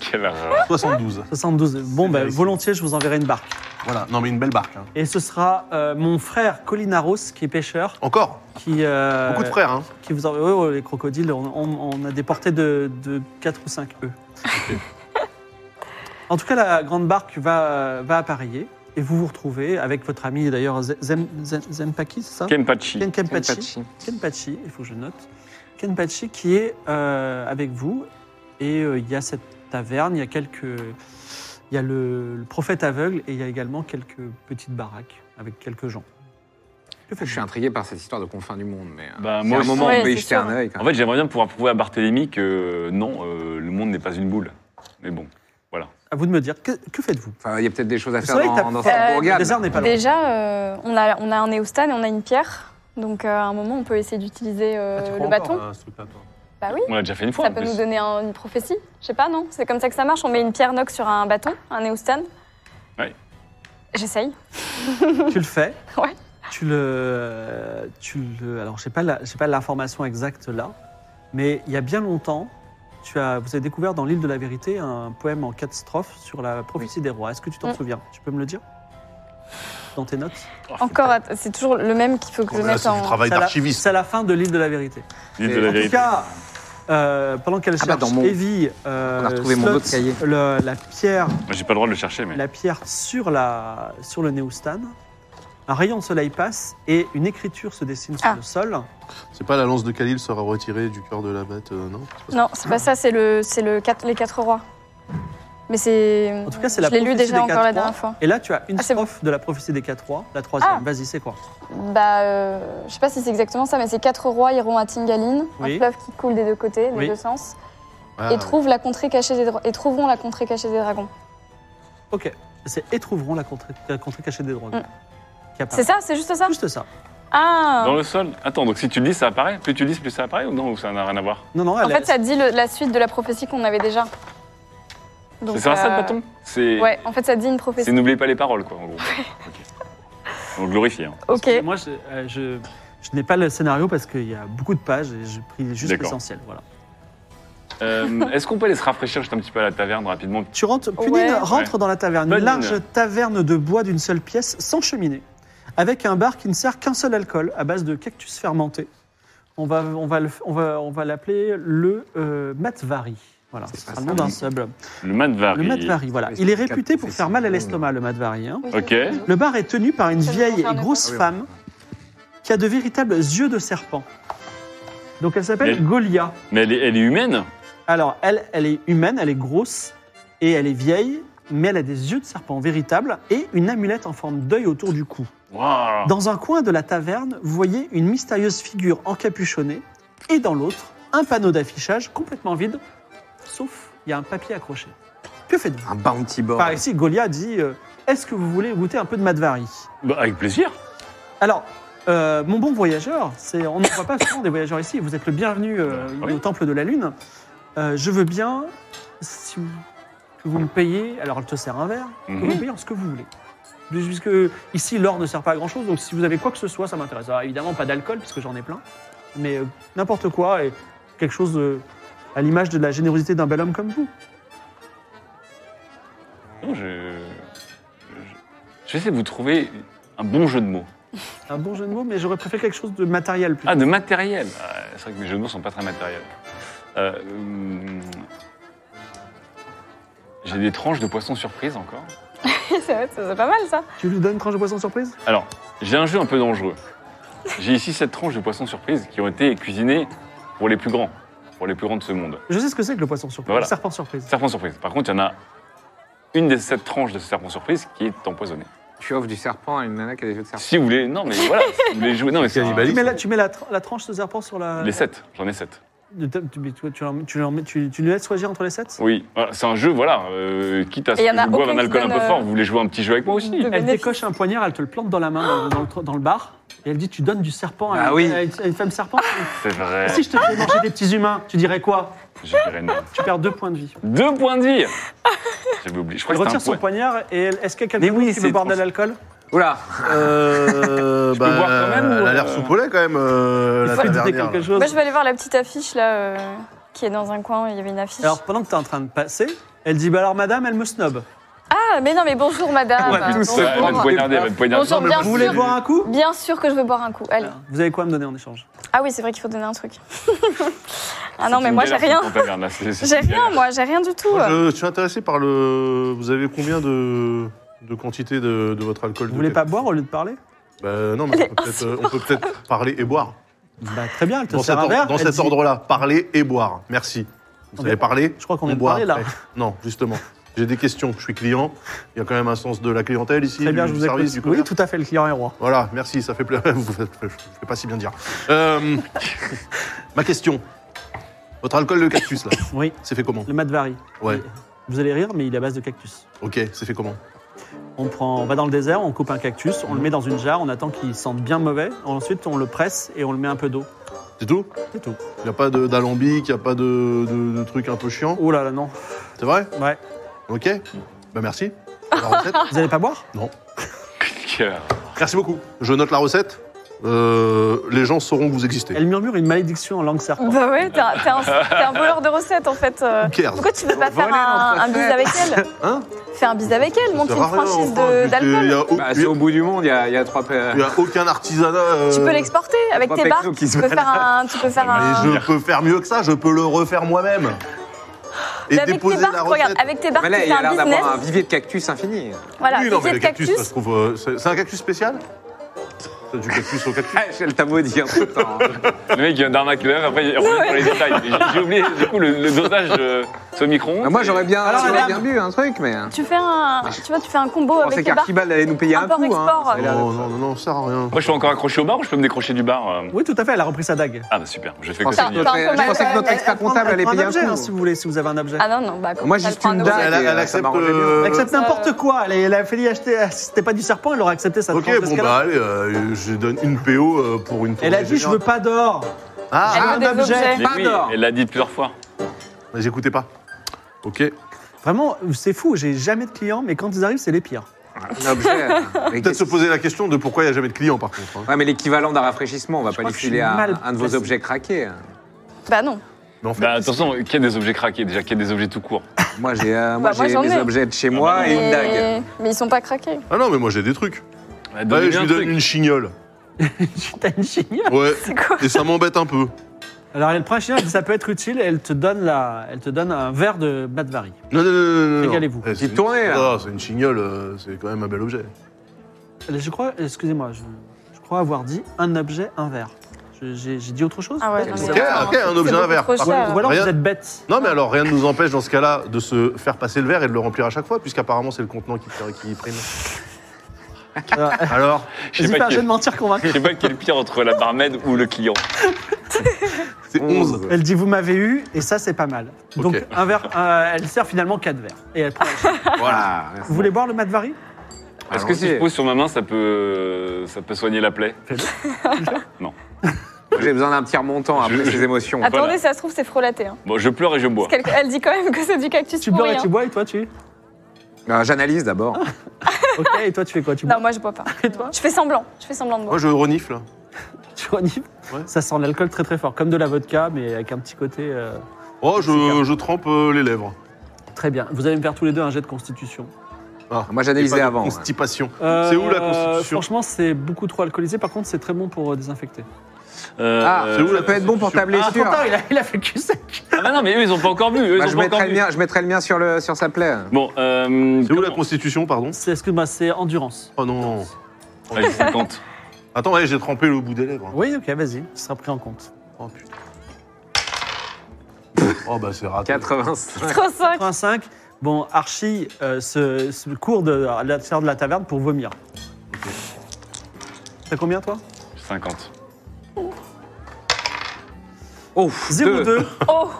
F: Quelle horreur.
D: 72.
B: 72. Bon,
D: C'est
B: ben,
D: réussi.
B: volontiers, je vous enverrai une barque.
D: Voilà. Non, mais une belle barque. hein.
B: Et ce sera euh, mon frère Colinaros, qui est pêcheur,
D: Encore
B: qui, euh,
D: Beaucoup de frères, hein
B: qui vous envoie. ouais, ouais, les crocodiles, on, on- on a des portées de, de 4 ou 5
D: (laughs)
B: œufs. en tout cas, la grande barque va, va appareiller et vous vous retrouvez avec votre ami d'ailleurs Zem- Zem- Zempaki, c'est ça
F: Kenpachi.
B: Ken
C: Ken
B: Kenpachi.
C: Pachi.
B: Kenpachi, il faut que je note. Kenpachi qui est euh, avec vous. Et euh, il y a cette taverne, il y a quelques. Il y a le, le prophète aveugle et il y a également quelques petites baraques avec quelques gens. Que
C: Je suis
B: faites-vous
C: intrigué par cette histoire de confins du monde, mais. euh,
F: Bah,
C: c'est
F: moi
C: un
F: aussi.
C: moment,
E: Ouais,
C: on peut y
E: c'est
C: jeter
E: sûr.
C: un œil. quand
F: En
C: même.
F: fait, j'aimerais bien pouvoir prouver à Barthélemy que euh, non, euh, le monde n'est pas une boule. Mais bon,
B: À vous de me dire, que, que faites-vous
C: Enfin, il y a peut-être des choses à
B: C'est
C: faire
B: vrai que t'as-
C: dans, dans
E: Euh,
C: cette
B: Le
C: bourgade.
B: désert n'est pas loin.
E: Déjà, euh, on, a, on a un néostane et on a une pierre. Donc, euh, à un moment, on peut essayer d'utiliser euh,
D: Ah, tu crois
E: le bâton.
D: encore hein à ce truc-là, toi
E: Bah oui,
F: on l'a déjà fait une fois.
E: ça
F: en
E: peut
F: plus.
E: nous donner un- une prophétie. Je sais pas, non C'est comme ça que ça marche. On met une pierre nox sur un bâton, un néostane.
F: Ouais.
E: J'essaye.
B: tu le
C: (laughs)
B: fais.
E: Ouais.
B: Tu le. Tu le alors, je n'ai pas la- j'ai pas l'information exacte là, mais il y a bien longtemps, tu as, vous avez découvert dans l'île de la vérité un poème en quatre strophes sur la prophétie des rois. Est-ce que tu t'en
E: Mm.
B: souviens Tu peux me le dire Dans tes notes
E: Encore, att- c'est toujours le même qu'il faut que je
D: Là,
E: mette
D: c'est du
E: en.
D: travail
B: C'est à la-
D: d'archiviste.
B: C'est à la fin de l'île de la vérité.
F: L'île de
C: Et
F: la
B: En tout
F: vérité.
B: cas, euh, pendant qu'elle
C: Ah bah,
B: cherche
C: dans mon-
B: Evie, euh,
C: On a retrouvé mon
B: Slot,
C: autre cahier.
B: le- la pierre,
F: Moi, J'ai pas le droit de le chercher, mais.
B: la pierre sur, la, sur le néoustan, un rayon de soleil passe et une écriture se dessine sur
E: Ah.
B: le sol.
D: C'est pas la lance de Khalil sera retirée du cœur de la bête, euh, non C'est pas ça.
E: Non, c'est pas ça, c'est le, c'est le quatre- les quatre rois. Mais c'est.
B: En tout cas, c'est
E: Je
B: la
E: l'ai lu
B: prophétie des
E: déjà encore
B: quatre
E: la
B: rois.
E: dernière fois.
B: Et là, tu as une
E: Ah, c'est bon.
B: strophe de la prophétie des quatre rois, la troisième.
E: Ah.
B: Vas-y, c'est quoi
E: Bah, euh, je sais pas si c'est exactement ça, mais c'est quatre rois iront à Tingaline,
B: Oui.
E: un fleuve qui coule des deux côtés, des
B: Oui.
E: deux sens,
D: Ah,
E: et trouvent la contrée cachée des dra- et trouveront la contrée cachée des dragons.
B: Ah. Ok, c'est et trouveront la contrée, la contrée cachée des drogues.
E: Mm.
B: Qui apparaît.
E: C'est ça, c'est juste ça
B: Juste ça.
E: Ah
F: Dans le sol Attends, donc si tu le dis, ça apparaît Plus tu le dis, plus ça apparaît ou non Ou ça n'a rien à voir
B: Non, non,
E: En
B: elle
E: fait, ça dit le- la suite de la prophétie qu'on avait déjà. Donc,
F: C'est ça, ça
E: euh,
F: le bâton C'est.
E: Ouais, en fait, ça dit une
F: C'est
E: prophétie.
F: n'oubliez pas les paroles, quoi, en gros. Ok. On le glorifie. hein.
E: Ok.
B: Moi, je, euh, je, je n'ai pas le scénario parce qu'il y a beaucoup de pages et j'ai pris juste
F: D'accord.
B: l'essentiel. Voilà.
F: Euh, Est-ce qu'on peut aller se rafraîchir juste un petit peu à la taverne rapidement
B: Tu rentres, Punine
E: Ouais.
B: rentre dans la taverne,
F: Bonne
B: une large
F: mine.
B: taverne de bois d'une seule pièce, sans cheminée, avec un bar qui ne sert qu'un seul alcool, à base de cactus fermenté. On va, on va, le- on va, on va l'appeler le euh, Matvari. Voilà,
C: C'est
B: ce
C: pas
B: sera le
C: ça,
B: nom d'un
C: mais-
B: sub.
F: Le Matvari.
B: Le Matvari, voilà.
C: Oui,
B: Il est
C: c'est
B: réputé
C: quatre
B: pour faire mal à
C: professionnels.
B: l'estomac, le Matvari. hein.
E: Oui,
F: Ok.
E: c'est-
B: Le bar est tenu par une
E: Ça nous
B: vieille et
E: concerne
B: grosse
C: pas.
B: femme qui a de véritables yeux de serpent. Donc elle s'appelle
F: Mais-
B: Golia.
F: Mais elle est, elle est humaine
B: Alors elle, elle est humaine, elle est grosse et elle est vieille, mais elle a des yeux de serpent véritables et une amulette en forme d'œil autour du cou.
F: Waouh
B: Dans un coin de la taverne, vous voyez une mystérieuse figure encapuchonnée et dans l'autre, un panneau d'affichage complètement vide, sauf il y a un papier accroché. Que faites-vous
C: Un bounty board.
B: Par ici, Golia dit euh, Est-ce que vous voulez goûter un peu de Madvari
F: Bah, Avec plaisir
B: Alors, euh, mon bon voyageur, c'est, on ne voit pas souvent des voyageurs ici. Vous êtes le bienvenu euh,
F: Oui.
B: au Temple de la Lune. Euh, je veux bien si vous- que vous me payez, alors elle te sert un verre, que vous
F: Mhm.
B: me payez en ce que vous voulez. Puisque ici, l'or ne sert pas à grand-chose, donc si vous avez quoi que ce soit, ça m'intéresse. Alors, évidemment, pas d'alcool, puisque j'en ai plein, mais euh, n'importe quoi et quelque chose euh, à l'image de la générosité d'un bel homme comme vous.
F: Non, je... je- Je vais essayer de vous trouver un bon jeu de mots.
B: Un bon jeu de mots, mais j'aurais préféré quelque chose de matériel. Plutôt.
F: Ah, de matériel Ah, C'est vrai que mes jeux de mots sont pas très matériels. Euh, hum, J'ai des tranches de poisson surprise encore.
E: (laughs) c'est vrai, c'est pas mal
F: Ah.
E: ça.
B: Tu lui donnes une tranche de poisson surprise
F: Alors, j'ai un jeu un peu dangereux. J'ai ici sept tranches de poisson surprise qui ont été cuisinées pour les plus grands, pour les plus grands de ce monde.
B: Je sais ce que c'est que le poisson surprise,
F: Voilà.
B: le serpent surprise.
F: Serpent surprise. Par contre, il y en a une des sept tranches de ce serpent surprise qui est empoisonnée.
C: Tu offres du serpent à une nana qui a des yeux de serpent.
F: Si vous voulez, non mais voilà, si vous voulez jouer, non mais c'est un-
B: Tu
D: Cannibalisme.
B: mets, la, tu mets la, tra- la tranche de serpent sur la.
F: les sept, j'en ai sept.
B: Tu, tu, tu, tu, leur- tu, leur mets- tu, tu les laisses choisir entre les sept
F: Oui, voilà, c'est un jeu, voilà, euh, quitte à ce
E: Et il y
F: que
E: en a
F: je boive
E: aucun
F: un
E: qui
F: alcool un
E: donne,
F: peu
E: euh,
F: fort, vous voulez jouer un petit jeu avec moi aussi
E: de-
B: Elle
E: Bénéfice.
B: décoche un poignard, elle te le plante dans la main, dans, dans le, tr- dans le bar, et elle dit Tu donnes du serpent à,
C: Ah
B: une-
C: oui.
B: à une, à une femme serpent
F: C'est vrai,
B: Ah, Si je te fais manger des petits humains, tu dirais quoi
F: j'ai dirais non.
B: Tu perds deux points de vie.
F: Deux points de vie (laughs) J'avais oublié, je crois
B: Elle
F: que c'était un
B: retire
F: point.
B: son poignard et elle- est-ce qu'il y a
C: Mais
B: quelqu'un
C: oui,
B: d'autre qui
C: c'est
B: veut boire de
C: trans-
B: l'alcool
C: Oula
D: Euh,
F: Je peux boire quand même,
D: Elle
F: ou,
D: a l'air
F: euh,
D: sous poulet quand même, euh, la
B: Il faut éviter
D: tavernière.
B: quelque
D: là.
B: chose.
E: Moi, je vais aller voir la petite affiche là, euh, qui est dans un coin. Il y avait une affiche.
B: Alors pendant que tu es en train de passer, elle dit Bah alors madame, elle me snob.
E: Ah, mais non, mais bonjour madame.
C: On
F: Ah,
C: va tous se
F: Ouais, elle
E: Bah,
F: va te
E: bonjour.
C: prendre.
F: poignarder, elle va te poignarder.
E: Bonjour,
F: Non, mais
E: bien
F: moi, je
B: Vous voulez
E: sûr.
B: boire un coup
E: Bien sûr que je veux boire un coup. Allez.
B: Vous avez quoi à me donner en échange
E: Ah oui, c'est vrai qu'il faut donner un truc. ah
F: C'est
E: non, mais
F: une
E: moi j'ai
F: galère,
E: rien.
F: cette taverne, là, c'est- c'est
E: J'ai
F: une galère.
E: rien, moi, j'ai rien du tout.
D: Moi, je, je suis intéressé par le. Vous avez combien de, de quantité de, de votre alcool
B: Vous
D: de
B: voulez pas
D: qualité
B: boire au lieu de parler
D: Bah, Non, mais on peut peut-être euh, on peut peut-être parler et boire.
B: Bah très bien, elle te
D: Dans cet,
B: sert un
D: or-
B: verre.
D: dans
B: elle
D: cet
B: dit-
D: ordre-là, parler et boire. Merci. Vous
B: On
D: avez
B: est-
D: parlé
B: Je crois qu'on
D: on
B: est
D: boit
B: parlé là.
D: après. Non, justement. J'ai des questions. Je suis client. Il y a quand même un sens de la clientèle ici,
B: Très bien,
D: du
B: je vous
D: service,
B: écoute.
D: du
B: Oui,
D: commerce.
B: tout à fait, le client est roi.
D: Voilà, merci, ça fait plaisir. (laughs) Vous faites- Je ne vais pas si bien dire. Euh, (laughs) ma question. Votre alcool de cactus, là,
B: Oui,
D: c'est fait comment
B: le Madvari.
D: Ouais,
B: Vous allez rire, mais il est à base de cactus.
D: ok, c'est fait comment
B: On, prend, on va dans le désert, on coupe un cactus, on le met dans une jarre, on attend qu'il sente bien mauvais. Ensuite, on le presse et on le met un peu d'eau.
D: C'est tout
B: C'est tout.
D: Il n'y a pas de- d'alambic, il n'y a pas de, de- de truc un peu chiant
B: Oh là là, non.
D: C'est vrai
B: Ouais.
D: Ok. Bah merci.
E: (laughs)
D: La recette.
B: Vous allez pas boire
F: Quelle-
D: Merci beaucoup. Je note la recette. euh, les gens sauront que vous existez.
B: Elle murmure une malédiction en langue serpent.
E: Bah ouais, t'es un, t'es un- t'es un voleur de recettes en fait. euh.
D: Who cares
E: Pourquoi tu veux pas
C: Voler
E: faire un,
C: notre
E: un bise
C: recette.
E: avec elle
D: Hein
E: Fais un bise avec elle, monte
D: Ça
E: une
D: sert à rien,
E: franchise
D: enfin,
E: de-
D: puisque Il n'y
E: d'alcool.
D: a, au-
C: Bah, c'est au bout du monde, il y a, il y a trois.
D: il y a aucun artisanat. euh,
E: Tu peux Ah. l'exporter avec
C: trois
E: tes
C: pecnos
E: barques.
C: qui se
E: Tu peux faire un. Tu peux faire
D: Mais
E: un.
D: je peux faire mieux que ça, je peux le refaire moi-même. Et
E: Mais avec tes
D: déposer la
E: barques, regarde,
D: recette.
E: avec tes barques,
C: Voilà, Bah
E: c'est
C: il a
E: un
C: l'air d'avoir un
E: business.
C: vivier de cactus infini.
E: Voilà,
D: oui, non, mais
E: c'est
D: le
E: de
D: cactus, ça se
E: cactus.
D: trouve. euh, c'est c'est un cactus spécial C'est du cactus au cactus
C: (laughs) Ah, elle t'a beau dire tout le (laughs) temps.
F: Le mec, il vient d'un McLaren, après, il revient pour les détails. J'ai- J'ai oublié, du coup, le, le dosage de ce micron.
C: Bah, moi, j'aurais bien,
B: Alors,
C: j'aurais bien
B: madame.
C: bu un truc, mais. hein.
E: Tu fais un. Tu vois, tu fais un combo
C: Je
E: avec
C: pensais
E: tes barques.
C: qu'Archibald allait nous payer un coup.
E: Import-export.
C: Hein. Ça a l'air
D: Non,
C: d'être-
D: non, non, non, ça sert à rien.
F: Moi, je suis encore accroché au bar ou je peux me décrocher du bar euh
B: Oui, tout à fait, elle a repris sa dague.
F: Ah, bah super, je fais
C: Je
F: que
C: pensais
F: ça.
E: T'as-
C: que
E: t'as un peu
C: notre- je
E: mal-
C: pensais que notre
B: Elle-
C: expert
B: elle prend- elle
C: comptable allait
B: prend un
C: payer un
B: objet, hein,
C: coup.
B: si vous voulez, si vous avez un objet.
E: Ah non, non, bah comme
C: Moi,
E: ça,
C: juste
E: elle prend
C: une
E: un
C: dague.
E: objet.
D: elle, elle
C: euh, ça
D: accepte.
C: m'arrangeait bien.
D: euh,
B: Elle accepte
E: euh,
B: n'importe quoi. Elle, elle a fait acheter. Si c'était pas du serpent, elle aurait accepté ça.
D: Ok, bon, bah, allez, euh, je donne une PO euh, pour une
B: Elle a dit Je veux pas d'or.
E: Elle
D: Ah,
E: veut des objets.
F: Mais
B: pas
F: oui,
B: d'or.
F: elle l'a dit plusieurs fois.
D: mais j'écoutais pas. Ok.
B: Vraiment, c'est fou. J'ai jamais de clients, mais quand ils arrivent, c'est les
E: (laughs)
B: pires.
C: Un objet. hein. (laughs) Mais
D: Peut-être
C: qu'est-ce-
D: se poser la question de pourquoi il n'y a jamais de clients, par contre. hein.
C: Ouais, mais l'équivalent d'un rafraîchissement, on va pas
B: crois
C: lui
B: que je
C: filer
B: suis
C: un,
B: mal
C: un de vos
B: placé.
C: objets craqués.
E: Bah non.
D: Mais en fait,
F: Bah, attention, qu'il y a des objets craqués, déjà, qu'il y a des objets tout court.
C: Moi, j'ai euh,
E: Bah,
C: moi,
E: moi,
C: j'ai
E: j'en
C: mes
E: ai.
C: objets de chez moi et Ah, une dague.
E: Mais mais ils sont pas craqués.
D: ah non, mais moi j'ai des trucs.
F: Bah,
D: Allez,
F: donnez-lui
D: je
F: un
D: lui donne
F: truc.
D: une chignole.
B: T'as une chignole.
D: Ouais.
E: C'est quoi
D: Et ça m'embête un peu.
B: Alors elle prend la chignole, elle dit, ça peut être utile. et Elle te donne la, elle te donne un verre de Badvari.
D: Non, non, non, non, non. non.
B: Régalez-vous.
D: Eh, c'est
C: Petite tournée,
D: une-
C: là.
D: Ah, c'est une chignole, euh, c'est quand même un bel objet.
B: Euh, Je crois, excusez-moi, je, je crois avoir dit un objet, un verre. Je- J'ai j'ai dit autre chose.
E: Ah ouais,
B: peut-être
E: non,
B: Ou
E: mais
D: Ok,
E: attends,
D: ok, un
E: c'est
D: objet, un
E: beaucoup
D: verre.
E: trop
D: Par
E: cher.
B: alors- ou alors
D: Rien-
B: vous êtes (laughs) bête.
D: Non, mais alors rien ne nous empêche dans ce cas-là de se faire passer le verre et de le remplir à chaque fois, puisqu'apparemment c'est le contenant qui, qui prime.
B: Alors,
D: Alors,
F: Je
B: Euh, Vas-y,
F: sais
B: fais
F: pas
B: un
F: qui
B: jeu de mentir convaincre.
F: je sais pas qui est le pire entre la barmaid ou le client.
C: (laughs)
D: c'est 11.
B: Elle dit vous m'avez eu et ça c'est pas mal. Donc
D: Ok.
B: un verre, euh, elle sert finalement quatre verres. Et elle prend la chignole.
C: Voilà.
B: Vous voulez boire le Madvari
F: Est-ce que si je pose sur ma main, ça peut, ça peut soigner la plaie
C: J'ai besoin d'un petit remontant après
F: Je-
C: ces émotions.
F: Voilà.
E: Attendez, ça se trouve, c'est frelaté. hein.
F: Bon, je pleure et je bois.
E: Parce qu'elle- Elle dit quand même que c'est du cactus
B: Tu pleures
E: pourri,
B: et tu
E: hein.
B: bois et toi tu.
C: Euh, J'analyse d'abord.
B: Ok et toi tu fais quoi Tu bois.
E: Non, moi je bois pas.
B: Et toi
E: Je fais semblant. Je fais semblant de boire.
D: Moi je renifle.
B: Tu renifles
D: Ouais.
B: Ça sent l'alcool très très fort, comme de la vodka, mais avec un petit côté euh,
D: Oh, je, je trempe euh, les lèvres.
B: très bien. Vous allez me faire tous les deux un jet de constitution.
D: Ah,
C: Moi, j'analyse
D: et pas de
C: les avant, ouais.
D: Constipation.
B: Euh,
D: C'est où la constitution
B: Franchement, c'est beaucoup trop alcoolisé. Par contre, c'est très bon pour euh, désinfecter.
F: Euh,
C: Ah,
D: c'est où
C: ça
D: la
C: peut être bon pour ta
B: Ah,
C: blessure.
B: pourtant, il a, il a fait que ça.
F: Ah bah non, mais eux, ils ont pas encore bu. Eux,
C: Bah,
F: ils
C: je,
F: ont pas encore
C: mettrai le
F: bu.
C: mien, je mettrai le mien sur, le, sur sa plaie.
F: Bon, euh.
D: C'est où la
F: comment-
D: constitution, pardon
B: C'est- Excuse-moi, c'est endurance.
D: Oh non.
F: Allez, 50.
D: Attends, ouais, j'ai trempé le bout des lèvres. hein.
B: Oui, ok, vas-y, ce sera pris en compte.
D: Oh putain. Oh bah c'est raté.
C: 85.
E: Trop cinq.
B: 85. Bon, Archie euh, se, se court de, à l'intérieur de la taverne pour vomir. T'as combien toi
F: 50.
C: Oh,
B: 0,2.
E: Oh,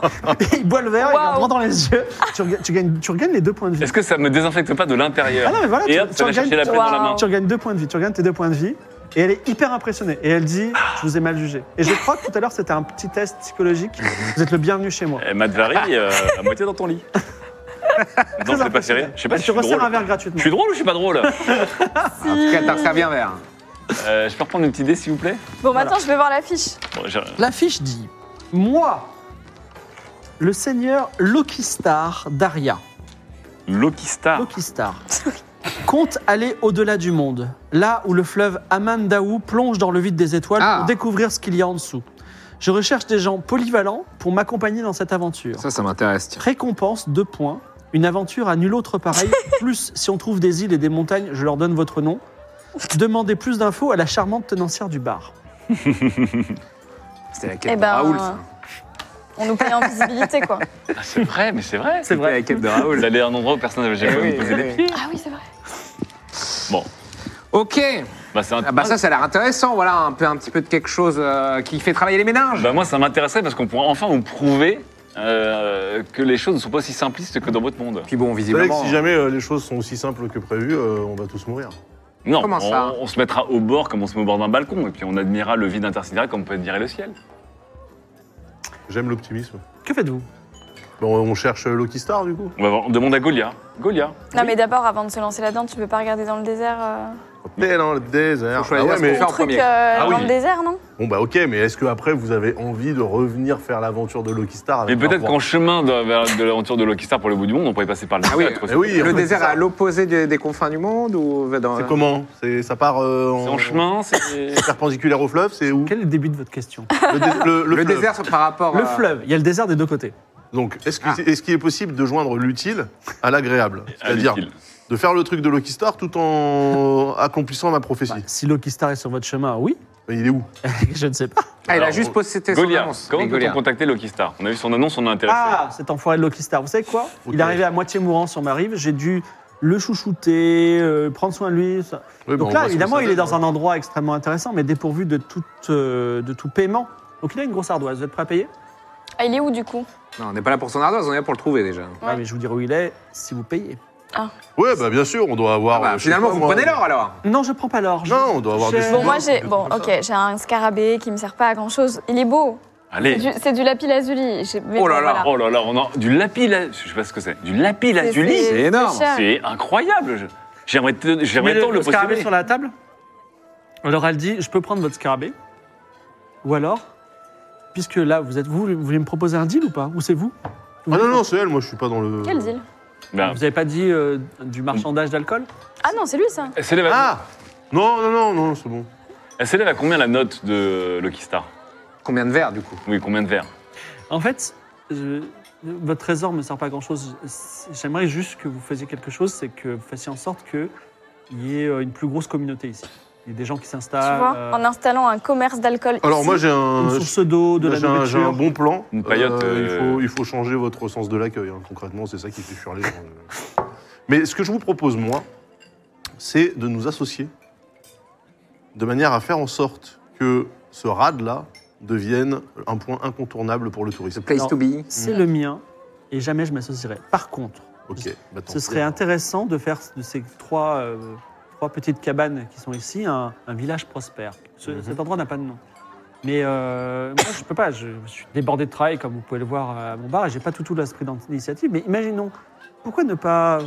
B: (laughs) il boit le verre, il en
E: Waouh.
B: prend dans les yeux. Tu, rega- tu gagnes, tu regagnes les deux points de vie.
F: Est-ce que ça me désinfecte pas de l'intérieur
B: Ah non, mais voilà,
F: Et
B: tu-
F: hop,
B: tu
F: ça va
B: regagnes-
F: chercher la plaie dans la main.
E: Wow.
B: Tu regagnes deux points de vie, tu regagnes tes deux points de vie. Et elle est hyper impressionnée. Et elle dit Je vous ai mal jugé. Et je crois que tout à l'heure, c'était un petit test psychologique.
F: Mhm.
B: Vous êtes le bienvenu chez moi.
F: Eh, Matt Vary, euh, à moitié dans
C: (laughs)
F: ton lit. non, je l'ai pas serré. Je sais pas
B: elle
F: si
B: te
F: je suis
B: resserre
F: drôle.
B: un verre
F: Je
B: gratuitement.
F: suis drôle ou je suis pas drôle
C: En tout cas, t'as resservi bien verre.
F: Euh, Je peux reprendre une petite dé, s'il vous plaît
E: Bon, maintenant je vais voir l'affiche.
F: Bon, j'ai-
B: L'affiche dit Moi, le seigneur Loki Star d'Aria,
F: Loki Star.
B: Loki Star, compte aller au-delà du monde, là où le fleuve Amandaou plonge dans le vide des étoiles
C: Ah.
B: pour découvrir ce qu'il y a en dessous. Je recherche des gens polyvalents pour m'accompagner dans cette aventure.
C: Ça, ça m'intéresse. tiens.
B: Récompense, deux points. Une aventure à nul autre pareil. plus, si on trouve des îles et des montagnes, je leur donne votre nom. Demandez plus d'infos à la charmante tenancière du bar.
C: C'était la quête
E: Eh
C: de
E: ben,
C: Raoul. ça.
E: euh, on nous paye en visibilité, quoi.
F: Ah, c'est vrai, mais c'est vrai.
B: C'est vrai.
C: C'était la quête de (laughs)
F: (laughs)
C: Raoul.
F: D'aller à un endroit où personne n'avait
C: Eh
F: jamais
C: oui,
F: posé
C: eh
F: des
C: oui.
F: pieds.
E: Ah oui, c'est vrai.
F: Bon,
C: Ok.
F: bah, c'est un...
C: Ah bah ça, ça a l'air intéressant. Voilà, un, peu, un petit peu de quelque chose euh, qui fait travailler les méninges.
F: Bah, moi, ça m'intéresserait parce qu'on pourrait enfin vous prouver euh, que les choses ne sont pas aussi simplistes que dans votre monde.
C: Puis bon,
D: Vous savez que
C: visiblement. hein.
D: si jamais euh, les choses sont aussi simples que prévu, euh, on va tous mourir.
F: Non,
C: Comment
F: on,
C: ça
F: on se mettra au bord comme on se met au bord d'un balcon et puis on admirera le vide intersidéral comme on peut admirer le ciel.
D: J'aime l'optimisme.
B: Que faites-vous
D: Bon, on cherche euh, Loki Star du coup
F: On, va voir- on demande à Golia. Golia.
E: Non, mais d'abord, avant de se lancer là-dedans, tu peux pas regarder dans le désert. euh,
D: T'es dans hein, le désert.
C: Faut choisir
D: Ah ouais,
C: ce
D: mais-
C: qu'on
E: Ton
C: en
E: truc
C: premier.
E: euh,
D: Ah
E: dans
D: oui.
E: le désert, non
D: Bon bah ok, mais est-ce que après vous avez envie de revenir faire l'aventure de Loki Star
F: Mais
D: avec
F: peut-être
D: un
F: qu'en chemin de, vers- de l'aventure de Loki Star pour le bout du monde, on pourrait passer par le
C: Ah oui,
F: désert,
D: mais oui,
F: c'est-
D: en
C: Le
D: fait,
C: désert
D: c'est ça.
C: à l'opposé des, des confins du monde ou dans
D: C'est comment C'est ça part euh,
F: C'est en chemin, c'est.
D: C'est perpendiculaire au fleuve,
C: (laughs)
D: c'est où
B: Quel est le début de votre question
D: Le, dé- le- le
C: le,
D: fleuve.
C: désert c'est par rapport
B: Le
C: à-
B: fleuve, il y a le désert des deux côtés.
D: Donc est-ce que-
C: Ah.
D: est-ce qu'il est, possible de joindre l'utile à l'agréable
F: à
D: C'est-à-dire
F: l'utile.
D: de faire le truc de Loki Star tout en (laughs) accomplissant ma prophétie.
B: Bah, si Loki Star est sur votre chemin, oui. (laughs)
D: Mais Il est où
B: Je ne sais pas.
C: Ah, il a
F: Alors,
C: juste
F: on-
C: posté son
F: Golia,
C: annonce.
F: comment
C: Les
F: peut-on
C: Golia.
F: contacter Loki Star On a vu son annonce, on a intéressé.
B: Ah, cet enfoiré de Loki Star. Vous savez quoi
D: Ok.
B: Il est arrivé à moitié mourant sur ma rive. J'ai dû le chouchouter, euh, prendre soin de lui. ça.
D: Oui, bah, on
B: Donc
D: voit ce
B: là,
D: que
B: évidemment,
D: ça
B: il est
D: donne,
B: dans un endroit extrêmement intéressant, mais dépourvu de tout, euh, de tout paiement. Donc il a une grosse ardoise. Vous êtes prêt à payer
E: Ah, il est où du coup
C: Non, on n'est pas là pour son ardoise, on est là pour le trouver déjà.
B: Ah, mais je vous dirai où il est si vous payez.
D: Ouais, bah bien sûr, on doit avoir.
C: Ah bah,
D: euh, je sais
C: finalement,
D: pas,
C: vous
D: moi,
C: prenez l'or alors.
B: Non, je prends pas l'or. Je-
D: Non, on doit avoir
B: J'ai-
D: des.
B: Euh,
E: Bon, moi
D: des
E: j'ai.
D: trucs
E: Bon,
D: comme ça.
E: ok, j'ai un scarabée qui me sert pas à grand chose. Il est beau.
F: Allez
E: Du- C'est du lapis-lazuli. J'ai- mais
C: Oh là
E: bon,
C: là,
E: voilà.
F: Oh là là, on a du lapis lazuli. Je sais pas ce que c'est. Du lapis lazuli
E: c'est-
C: c'est énorme.
E: cher.
F: C'est incroyable. je- J'aimerais te-
B: Mais
F: j'aimerais
B: le,
F: tant le
B: le scarabée
F: posséder.
B: sur la table Alors elle dit, je peux prendre votre scarabée Ou alors, puisque là, vous êtes vous, vous voulez me proposer un deal ou pas Ou c'est vous
D: Ah non, non, c'est elle, moi je suis pas dans le.
E: Quel deal
F: Ben,
B: Vous n'avez pas dit euh, du marchandage d'alcool
E: Ah non, c'est lui ça.
F: elle s'élève à-
D: Ah Non, non, non, non, c'est bon.
F: elle s'élève à combien la note de Loki Star
C: Combien de verres du coup
F: Oui, combien de verres
B: En fait, je- votre trésor me sert pas à grand chose. J'aimerais juste que vous faisiez quelque chose, c'est que vous fassiez en sorte qu'il y ait euh, une plus grosse communauté ici. Il y a des gens qui
E: Tu
B: s'installent.
E: vois,
B: euh,
E: en installant un commerce d'alcool.
D: Alors
E: ici.
D: moi j'ai un.
B: une source d'eau, de
D: Moi,
B: la
D: Bah, j'ai un- J'ai un
B: nourriture.
D: bon plan.
F: Une paillote,
D: Euh, il,
F: euh,
D: faut, il faut changer votre sens de l'accueil. hein. Concrètement, c'est ça qui fait fuir les gens. Mais ce que je vous propose, moi, c'est de nous associer de manière à faire en sorte que ce rad-là devienne un point incontournable pour le tourisme.
C: Place
B: Non.
C: to be.
B: C'est le mien et jamais je m'associerai. Par contre,
D: Ok. bah, tant
B: Ce
D: pis,
B: serait
D: alors.
B: intéressant de faire de ces trois, euh, trois petites cabanes qui sont ici un, un village prospère. Ce-
D: Mhm.
B: Cet endroit n'a pas de nom. Mais euh, moi, je peux pas. Je, je suis débordé de travail, comme vous pouvez le voir à mon bar, et j'ai pas tout, tout l'esprit d'initiative. Mais imaginons, pourquoi ne pas.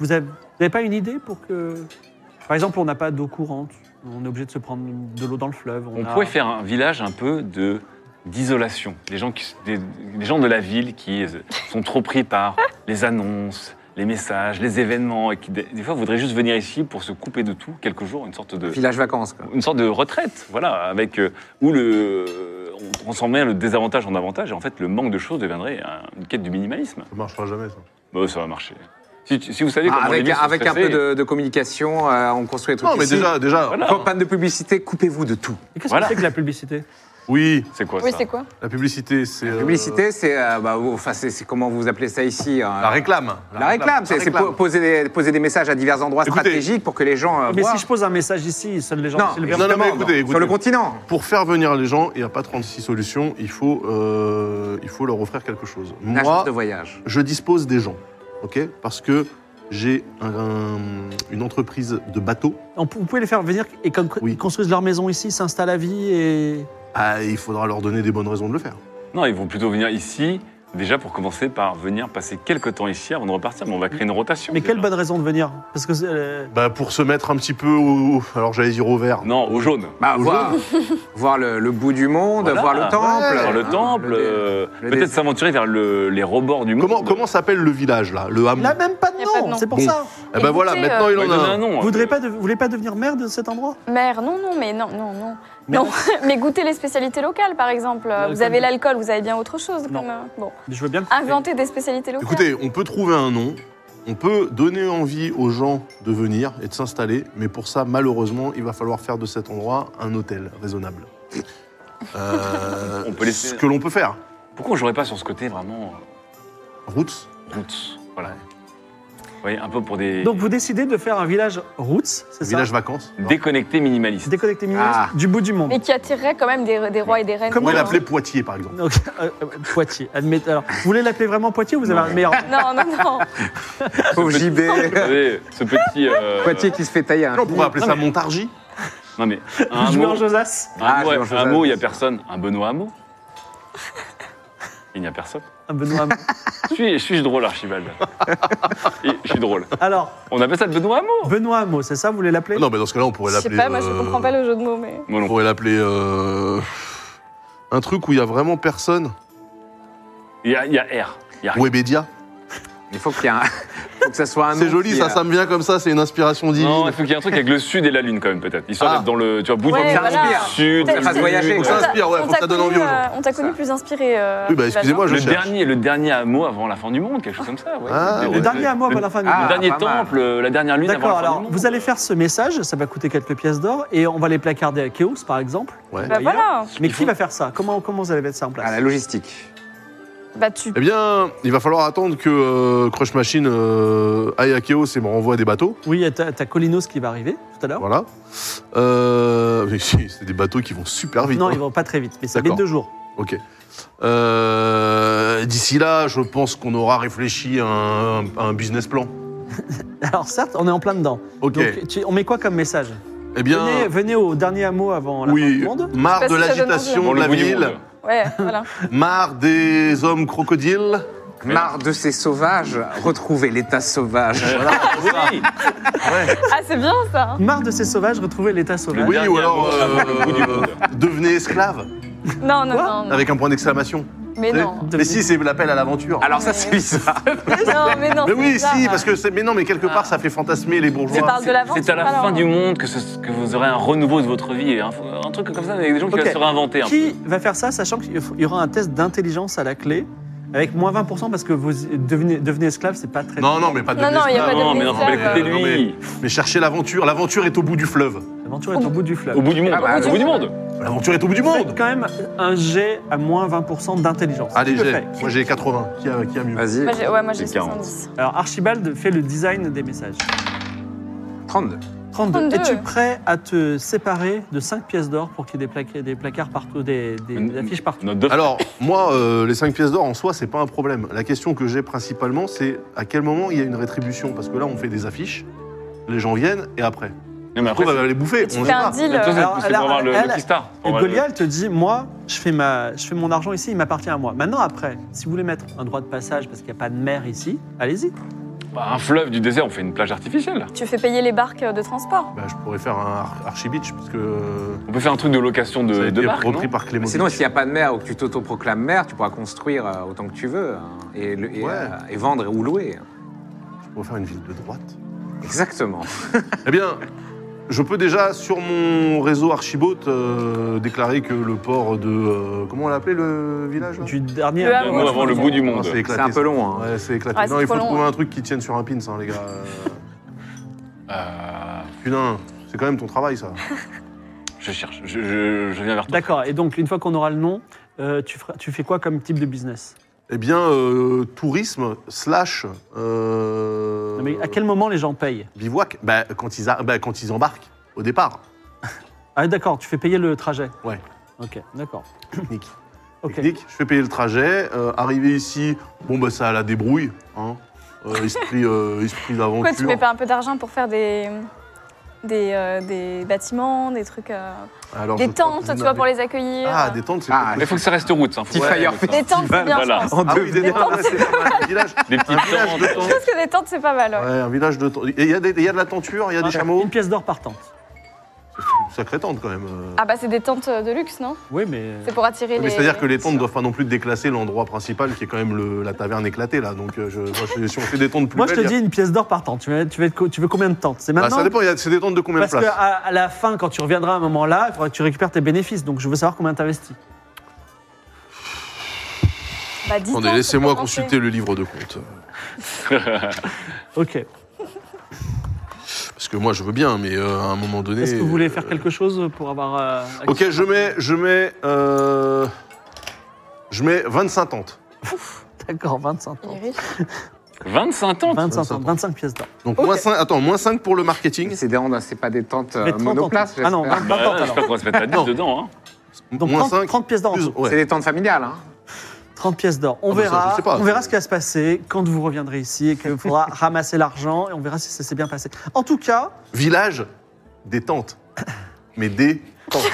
B: Vous avez, vous avez pas une idée pour que. Par exemple, on n'a pas d'eau courante. On est obligé de se prendre de l'eau dans le fleuve.
F: On
B: a-
C: Ah.
F: pourrait faire un village un peu de d'isolation. Les gens, qui, des, des gens de la ville qui euh, sont trop pris par les annonces, les messages, les événements, et qui des, des fois voudraient juste venir ici pour se couper de tout quelques jours, une sorte de
C: Village vacances quoi.
F: une sorte de retraite, voilà, avec euh, où le on transformait le désavantage en avantage et en fait le manque de choses deviendrait un- une quête du minimalisme.
D: Ça marchera jamais, ça.
F: Bah, ça va marcher. Si, tu- si vous savez
C: Ah,
F: comment les
C: avec
F: villes sont
C: avec un peu
F: stressées,
C: de, de communication, euh, on construit les trucs.
D: Non, mais
C: ici.
D: déjà, déjà.
F: voilà.
C: Quand panne de publicité, coupez-vous de tout.
B: Mais Qu'est-ce
F: Voilà.
B: que c'est que la publicité
D: Oui,
F: C'est quoi
E: Oui,
F: ça
E: c'est quoi
D: la publicité, c'est. euh,
C: Publicité, c'est euh, bah, vous- enfin, c'est- c'est comment vous appelez ça ici euh,
D: La réclame.
C: La réclame, c'est c'est po- poser, des, poser des messages à divers endroits
D: Écoutez.
C: stratégiques pour que les gens. euh,
B: Mais
C: voient.
B: si je pose un message ici, seuls les gens
C: Non,
B: ici le
C: non,
B: verront.
D: non, mais
C: justement,
D: écoutez, écoutez.
C: sur le continent.
D: Pour faire venir les gens, il n'y a pas 36 solutions, il faut, euh, il faut leur offrir quelque chose.
C: Une
D: Moi,
C: agence de voyage.
D: je dispose des gens, ok Parce que j'ai un- une entreprise de bateaux.
B: On pou- vous pouvez les faire venir et con-
D: Oui.
B: ils construisent leur maison ici, s'installent à vie et.
D: Ah, il faudra leur donner des bonnes raisons de le faire.
F: Non, ils vont plutôt venir ici. Déjà pour commencer par venir passer quelques temps ici avant de repartir, mais on va créer une rotation.
B: Mais
F: déjà.
B: quelle bonne raison de venir Parce que c'est, euh,
D: Bah, pour se mettre un petit peu au... Alors, j'allais dire au vert.
F: Non, au jaune.
C: Bah, (laughs) voir, voir le, le bout du monde,
F: Voilà.
C: voir le temple.
F: Voir le
C: hein,
F: temple,
C: le dé-
F: euh,
C: le dé-
F: peut-être s'aventurer vers le- les rebords du monde.
D: Comment, comment s'appelle le village, là Le
B: il
D: hameau
B: n'a même pas de
E: Y a pas de
B: nom,
E: nom.
B: c'est pour
D: Bon.
B: ça.
D: Eh ben voilà,
E: Écoutez,
D: maintenant,
E: euh,
D: il
F: On va
D: en
F: lui
D: a
F: donner un
D: un.
F: nom.
B: Vous
F: hein.
B: voudrez pas de- vous voulez pas devenir maire de cet endroit
E: Mère, non, non, mais non, non, non.
B: Merde.
E: Non, (laughs) mais goûtez les spécialités locales, par exemple.
B: L'alcool.
E: Vous avez l'alcool, vous avez bien autre chose.
B: Non.
E: Comme, euh, bon,
B: Mais Je veux bien.
E: inventez des spécialités locales.
D: Écoutez, on peut trouver un nom, on peut donner envie aux gens de venir et de s'installer, mais pour ça, malheureusement, il va falloir faire de cet endroit un hôtel raisonnable. Euh,
F: On peut laisser-
D: Ce que l'on peut faire.
F: Pourquoi on jouerait pas sur ce côté vraiment
D: Roots
F: euh, roots Voilà. Vous voyez, un peu pour des
B: Donc vous décidez de faire un village roots, c'est ça
D: Village vacances
F: déconnectés minimalistes.
B: Déconnecté minimaliste
C: Ah.
B: du bout du monde.
E: Mais qui attirerait quand même des, des rois et des reines.
D: On
B: Comment
D: pourrait
E: Non,
D: l'appeler Poitiers, par exemple.
B: Donc, euh, euh, Poitiers, admettez. Alors, vous voulez l'appeler vraiment Poitiers ou vous avez un meilleur nom
E: Non, non, non.
C: Au JB.
F: Vous savez, ce petit. euh,
C: Poitiers qui se fait tailler. hein. un-
D: On pourrait appeler ça Montargis.
F: Non
B: (laughs)
F: mais un
B: Joueur
F: mot,
B: Josas
F: un
C: Ah,
F: mot,
C: je mange
F: un
C: ça.
F: mot, il y a personne. Un Benoît Hameau. Il n'y a personne.
B: Benoît Hamon.
F: Suis- Suis-je drôle, Archibald Et Je suis drôle.
B: Alors,
F: On appelle ça le Benoît Hamon
B: Benoît Hamon, c'est ça, vous voulez l'appeler
D: Non, mais dans ce cas-là, on pourrait
E: Je
D: l'appeler.
E: sais pas, moi je
D: euh,
E: comprends pas le jeu de mots, mais.
F: Moi
D: On
F: non plus.
D: pourrait l'appeler. euh, Un truc où il y a vraiment personne.
F: Il y a, il y a R. Il y
B: Ah.
F: a rien.
D: Webedia.
C: Il faut qu'il y ait un... (laughs) faut que ça soit un
D: C'est
C: nom
D: joli,
C: qui,
D: ça,
C: euh,
D: ça me vient comme ça, c'est une inspiration divine.
F: Non, il faut qu'il y ait un truc avec le sud et la lune quand même peut-être. Histoire
D: Ah.
F: d'être dans le, tu vois, bout
E: Ouais,
F: du
E: voilà.
F: sud,
E: Peut-être
F: la
E: que
F: face
E: c'est-
C: voyager,
E: on
D: quoi.
E: t'a-
D: Ça inspire, ouais,
E: on
D: faut
E: t'a
D: que ça donne envie aux
E: connu,
D: gens.
E: euh, On t'a connu
C: Ça.
E: plus inspiré. euh,
D: Oui, bah, excusez-moi,
E: Benjamin.
D: je
F: le
D: cherche.
F: dernier, le dernier hameau avant la fin du monde, quelque chose comme ça. Ouais.
D: Ah,
B: Le
D: ouais.
B: dernier Hamon avant la fin du
C: Ah,
B: monde.
F: Le dernier
C: pas mal.
F: temple, euh, la dernière lune avant la
B: D'accord,
F: fin
B: alors
F: du monde.
B: vous allez faire ce message, ça va coûter quelques pièces d'or, et on va les placarder à Chaos, par exemple.
D: Ouais.
E: Bah voilà.
B: Mais
F: Il
B: qui
F: faut-
B: va faire ça comment, comment vous allez mettre ça en place
C: à la logistique.
E: Bah tu.
D: Eh bien, il va falloir attendre que euh, Crush Machine euh, aille à Chaos et me renvoie des bateaux.
B: Oui, il y a ta, ta Colinos qui va arriver tout à l'heure.
D: Voilà. Euh, mais (laughs) si, c'est des bateaux qui vont super vite.
B: non,
D: hein.
B: ils vont pas très vite, mais ça met
D: D'accord.
B: deux jours. (laughs)
D: Ok. Euh, D'ici là, je pense qu'on aura réfléchi à un, à un business plan.
B: Alors certes, on est en plein dedans.
D: Ok.
B: Donc tu- on met quoi comme message
D: eh bien,
B: venez, venez au dernier hameau avant la fin
D: oui,
B: du monde.
D: marre de
E: Je sais pas si ça donne envie, hein.
D: l'agitation
F: Dans
D: de
F: le
D: la
F: bout du
D: ville,
F: monde.
D: (laughs)
E: Ouais, voilà.
D: marre des hommes crocodiles.
C: Marre de ces sauvages, retrouver l'état sauvage.
F: (laughs) Voilà, oui.
E: Ah, c'est bien ça.
B: Marre de ces sauvages, retrouvez l'état sauvage.
D: Oui,
F: dernier
D: ou alors
F: hameau,
D: euh,
F: le bout du monde.
D: devenez esclave
E: Non, non,
B: Quoi
E: non, non.
D: avec un point d'exclamation. (laughs)
E: Mais non.
D: Mais si, c'est l'appel à l'aventure.
C: Alors ça, c'est bizarre.
E: Non, mais non.
D: Mais
E: c'est
D: oui,
E: bizarre. Ah.
D: si, parce que c'est. Mais non, mais quelque part, ça fait fantasmer les
E: Tu
D: bourgeois.
E: parles de l'avant.
F: C'est à la fin du monde que, ce- que vous aurez un renouveau de votre vie. Un, un truc comme ça avec des gens qui
B: Ok.
F: vont se réinventer un
B: Qui va faire ça, sachant qu'il faut- il y aura un test d'intelligence à la clé, avec moins 20% parce que vous devenez, devenez esclave, c'est pas très.
D: Non, non, mais pas de
E: Non, non, il y a
F: peu.
E: pas de
F: Non, mais non,
E: message,
F: mais écoutez
D: euh, non,
F: lui.
D: Mais cherchez l'aventure. L'aventure est au bout du fleuve.
B: L'aventure est au bout du fleuve.
F: Au bout du monde.
C: Ah bah,
F: au bout du monde.
D: L'aventure est au bout du
B: Faites
D: monde.
B: quand même un jet à moins 20% d'intelligence.
D: Allez,
B: Qui le
D: j'ai.
B: fait Qui-
D: Moi, j'ai 80. Qui a, qui a mieux
C: Vas-y,
E: Moi, j'ai- ouais, moi j'ai
F: C'est 40.
E: 70.
B: Alors Archibald fait le design des messages.
C: 32.
B: 32.
E: 32.
B: Es-tu prêt à te séparer de 5 pièces d'or pour qu'il y ait des, placa- des placards partout, des, des- des affiches partout
F: Notre deux-
D: Alors, moi, euh, les 5 pièces d'or en soi, c'est pas un problème. La question que j'ai principalement, c'est à quel moment il y a une rétribution Parce que là, on fait des affiches, les gens viennent, et après.
F: Non, mais
D: Après,
F: après,
D: on va les bouffer.
E: Tu
D: On
E: fais
D: sait
E: un
D: pas.
E: deal.
F: c'est- c'est
B: Alors,
F: pour avoir le,
B: elle-
F: le Kickstarter.
B: Et
F: On va-
B: Goliath te dit, moi, je fais, ma, je fais mon argent ici, il m'appartient à moi. Maintenant, après, si vous voulez mettre un droit de passage parce qu'il n'y a pas de mer ici, allez-y.
F: Bah, un fleuve du désert, on fait une plage artificielle.
E: Tu fais payer les barques de transport.
D: Bah, je pourrais faire un Ar- Archibitch, parce que euh,
F: On peut faire un truc de location
D: ça a
F: de, de
D: été
F: barque, non
D: repris par Clément.
C: Mais sinon, s'il n'y a pas de mer ou que tu t'autoproclames mer, tu pourras construire euh, autant que tu veux hein, et, le- et,
D: Ouais.
C: euh, et vendre ou louer.
D: Je pourrais faire une ville de droite.
C: Exactement.
D: Eh bien, je peux déjà, sur mon réseau Archibot, euh, déclarer que le port de... euh, comment on l'appelait le village là
B: Du dernier.
E: Le
B: à-
E: hameau.
F: Nous, avant le bout du
D: Ah,
F: monde.
D: C'est
C: C'est
D: éclaté,
C: un
D: ça.
C: peu long. hein.
D: Ouais, c'est éclaté.
E: Ouais, c'est
D: non, il faut
E: trop long,
D: trouver
E: hein.
D: un truc qui tienne sur un pins, hein, les gars. Euh,
F: Euh,
D: Putain, c'est quand même ton travail, ça.
F: je cherche, je, je- je viens vers toi.
B: D'accord, et donc, une fois qu'on aura le nom, euh, tu, feras- tu fais quoi comme type de business
D: Eh bien, euh, tourisme slash euh,
B: Non, Mais à quel moment les gens payent
D: bivouac bah, quand, ils a- bah, quand ils embarquent,
B: (clears throat)
D: au départ.
B: Ah, d'accord, tu fais payer le trajet.
D: Ouais.
B: Ok, d'accord.
D: Technique.
B: Ok.
D: Technique, je fais payer le trajet. euh, arrivé ici, bon, bah, ça a la débrouille. Hein. Euh, esprit euh, esprit
E: Pourquoi tu mets
D: d'aventure.
E: pas un peu d'argent pour faire des. Des, euh, des bâtiments, des trucs. euh,
D: Alors, je
E: des
D: crois que
E: tentes,
D: vous
E: tu vois,
D: n'avez-
E: pour les accueillir.
D: Ah, des tentes, c'est
C: Ah,
F: Mais il faut que ça reste route, ça.
C: Petit fire
E: Des tentes, c'est bien,
F: Voilà.
E: je pense.
C: En
D: Ah oui,
C: deux-
D: des,
E: Des
D: tentes,
E: tentes.
D: ouais, c'est pas mal. Un village,
F: Des
D: un
F: petites
D: village de
F: tentes.
D: tentes.
E: Je pense que des tentes, c'est pas mal. ouais.
D: Ouais, un village de tentes. Et Il y, a des- il y a de la tenture, il y a des chameaux.
B: Ah, Une pièce d'or par tente.
D: Sacrée tente, quand même. euh.
E: Ah, bah, c'est des tentes de luxe, non
B: Oui, mais. euh,
E: C'est pour attirer les.
D: Mais c'est-à-dire que les tentes ne doivent pas non plus déclasser l'endroit principal qui est quand même le- la taverne éclatée là. Donc euh, je, moi, je- si on fait des tentes plus
B: Moi, je te
D: belles,
B: dis une pièce d'or par tente. Tu veux, tu veux, être- tu veux combien de tentes C'est
D: il y a- Ah,
B: maintenant
D: ça dépend, il y a- c'est des tentes de combien de
B: Parce
D: places
B: qu'à à la fin, quand tu reviendras à un moment là, il faudra que tu récupères tes bénéfices. Donc, je veux savoir combien tu investis.
E: Bah, dix
D: Attendez,
E: tentes,
D: laissez-moi
E: c'est pour
D: consulter le livre de compte.
F: (laughs)
B: Ok.
D: Parce que moi je veux bien, mais euh, à un moment donné.
B: Est-ce que vous voulez
D: euh,
B: faire quelque chose pour avoir. euh, accès-
D: Ok, je mets. Je mets. euh, Je mets 25 tentes.
B: D'accord, 25 tentes.
E: commencer. Il est riche.
F: 25 tentes
B: 25
D: 25.
B: tentes, 25 pièces d'or.
D: Donc moins 5, attends, moins 5 pour le marketing,
C: C'est des rondes, c'est pas des tentes
B: Mais
C: euh,
B: 30
C: monoplaces.
B: tentes. Ah non,
C: j'espère.
B: 20
F: Bah,
B: tentes
F: je sais pas
B: alors.
F: qu'on va se mettre la
D: Non.
F: dite dedans. Hein.
B: Donc,
D: moins
B: 30,
D: 5
B: 30 pièces d'or. en
D: plus.
B: tout.
D: ouais.
C: C'est des tentes familiales. Hein.
B: 30 pièces d'or. On
D: Ah bah ça,
B: verra,
D: je sais pas.
B: on verra ce qui va se passer quand vous reviendrez ici et qu'il faudra ramasser l'argent et on verra si ça s'est bien passé. En tout cas,
D: Village des tentes. Mais des tentes.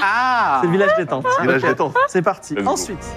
C: Ah
B: (laughs) c'est le village des tentes.
D: Village
B: Ok,
D: des tentes.
B: C'est parti.
F: Let's go.
B: Ensuite,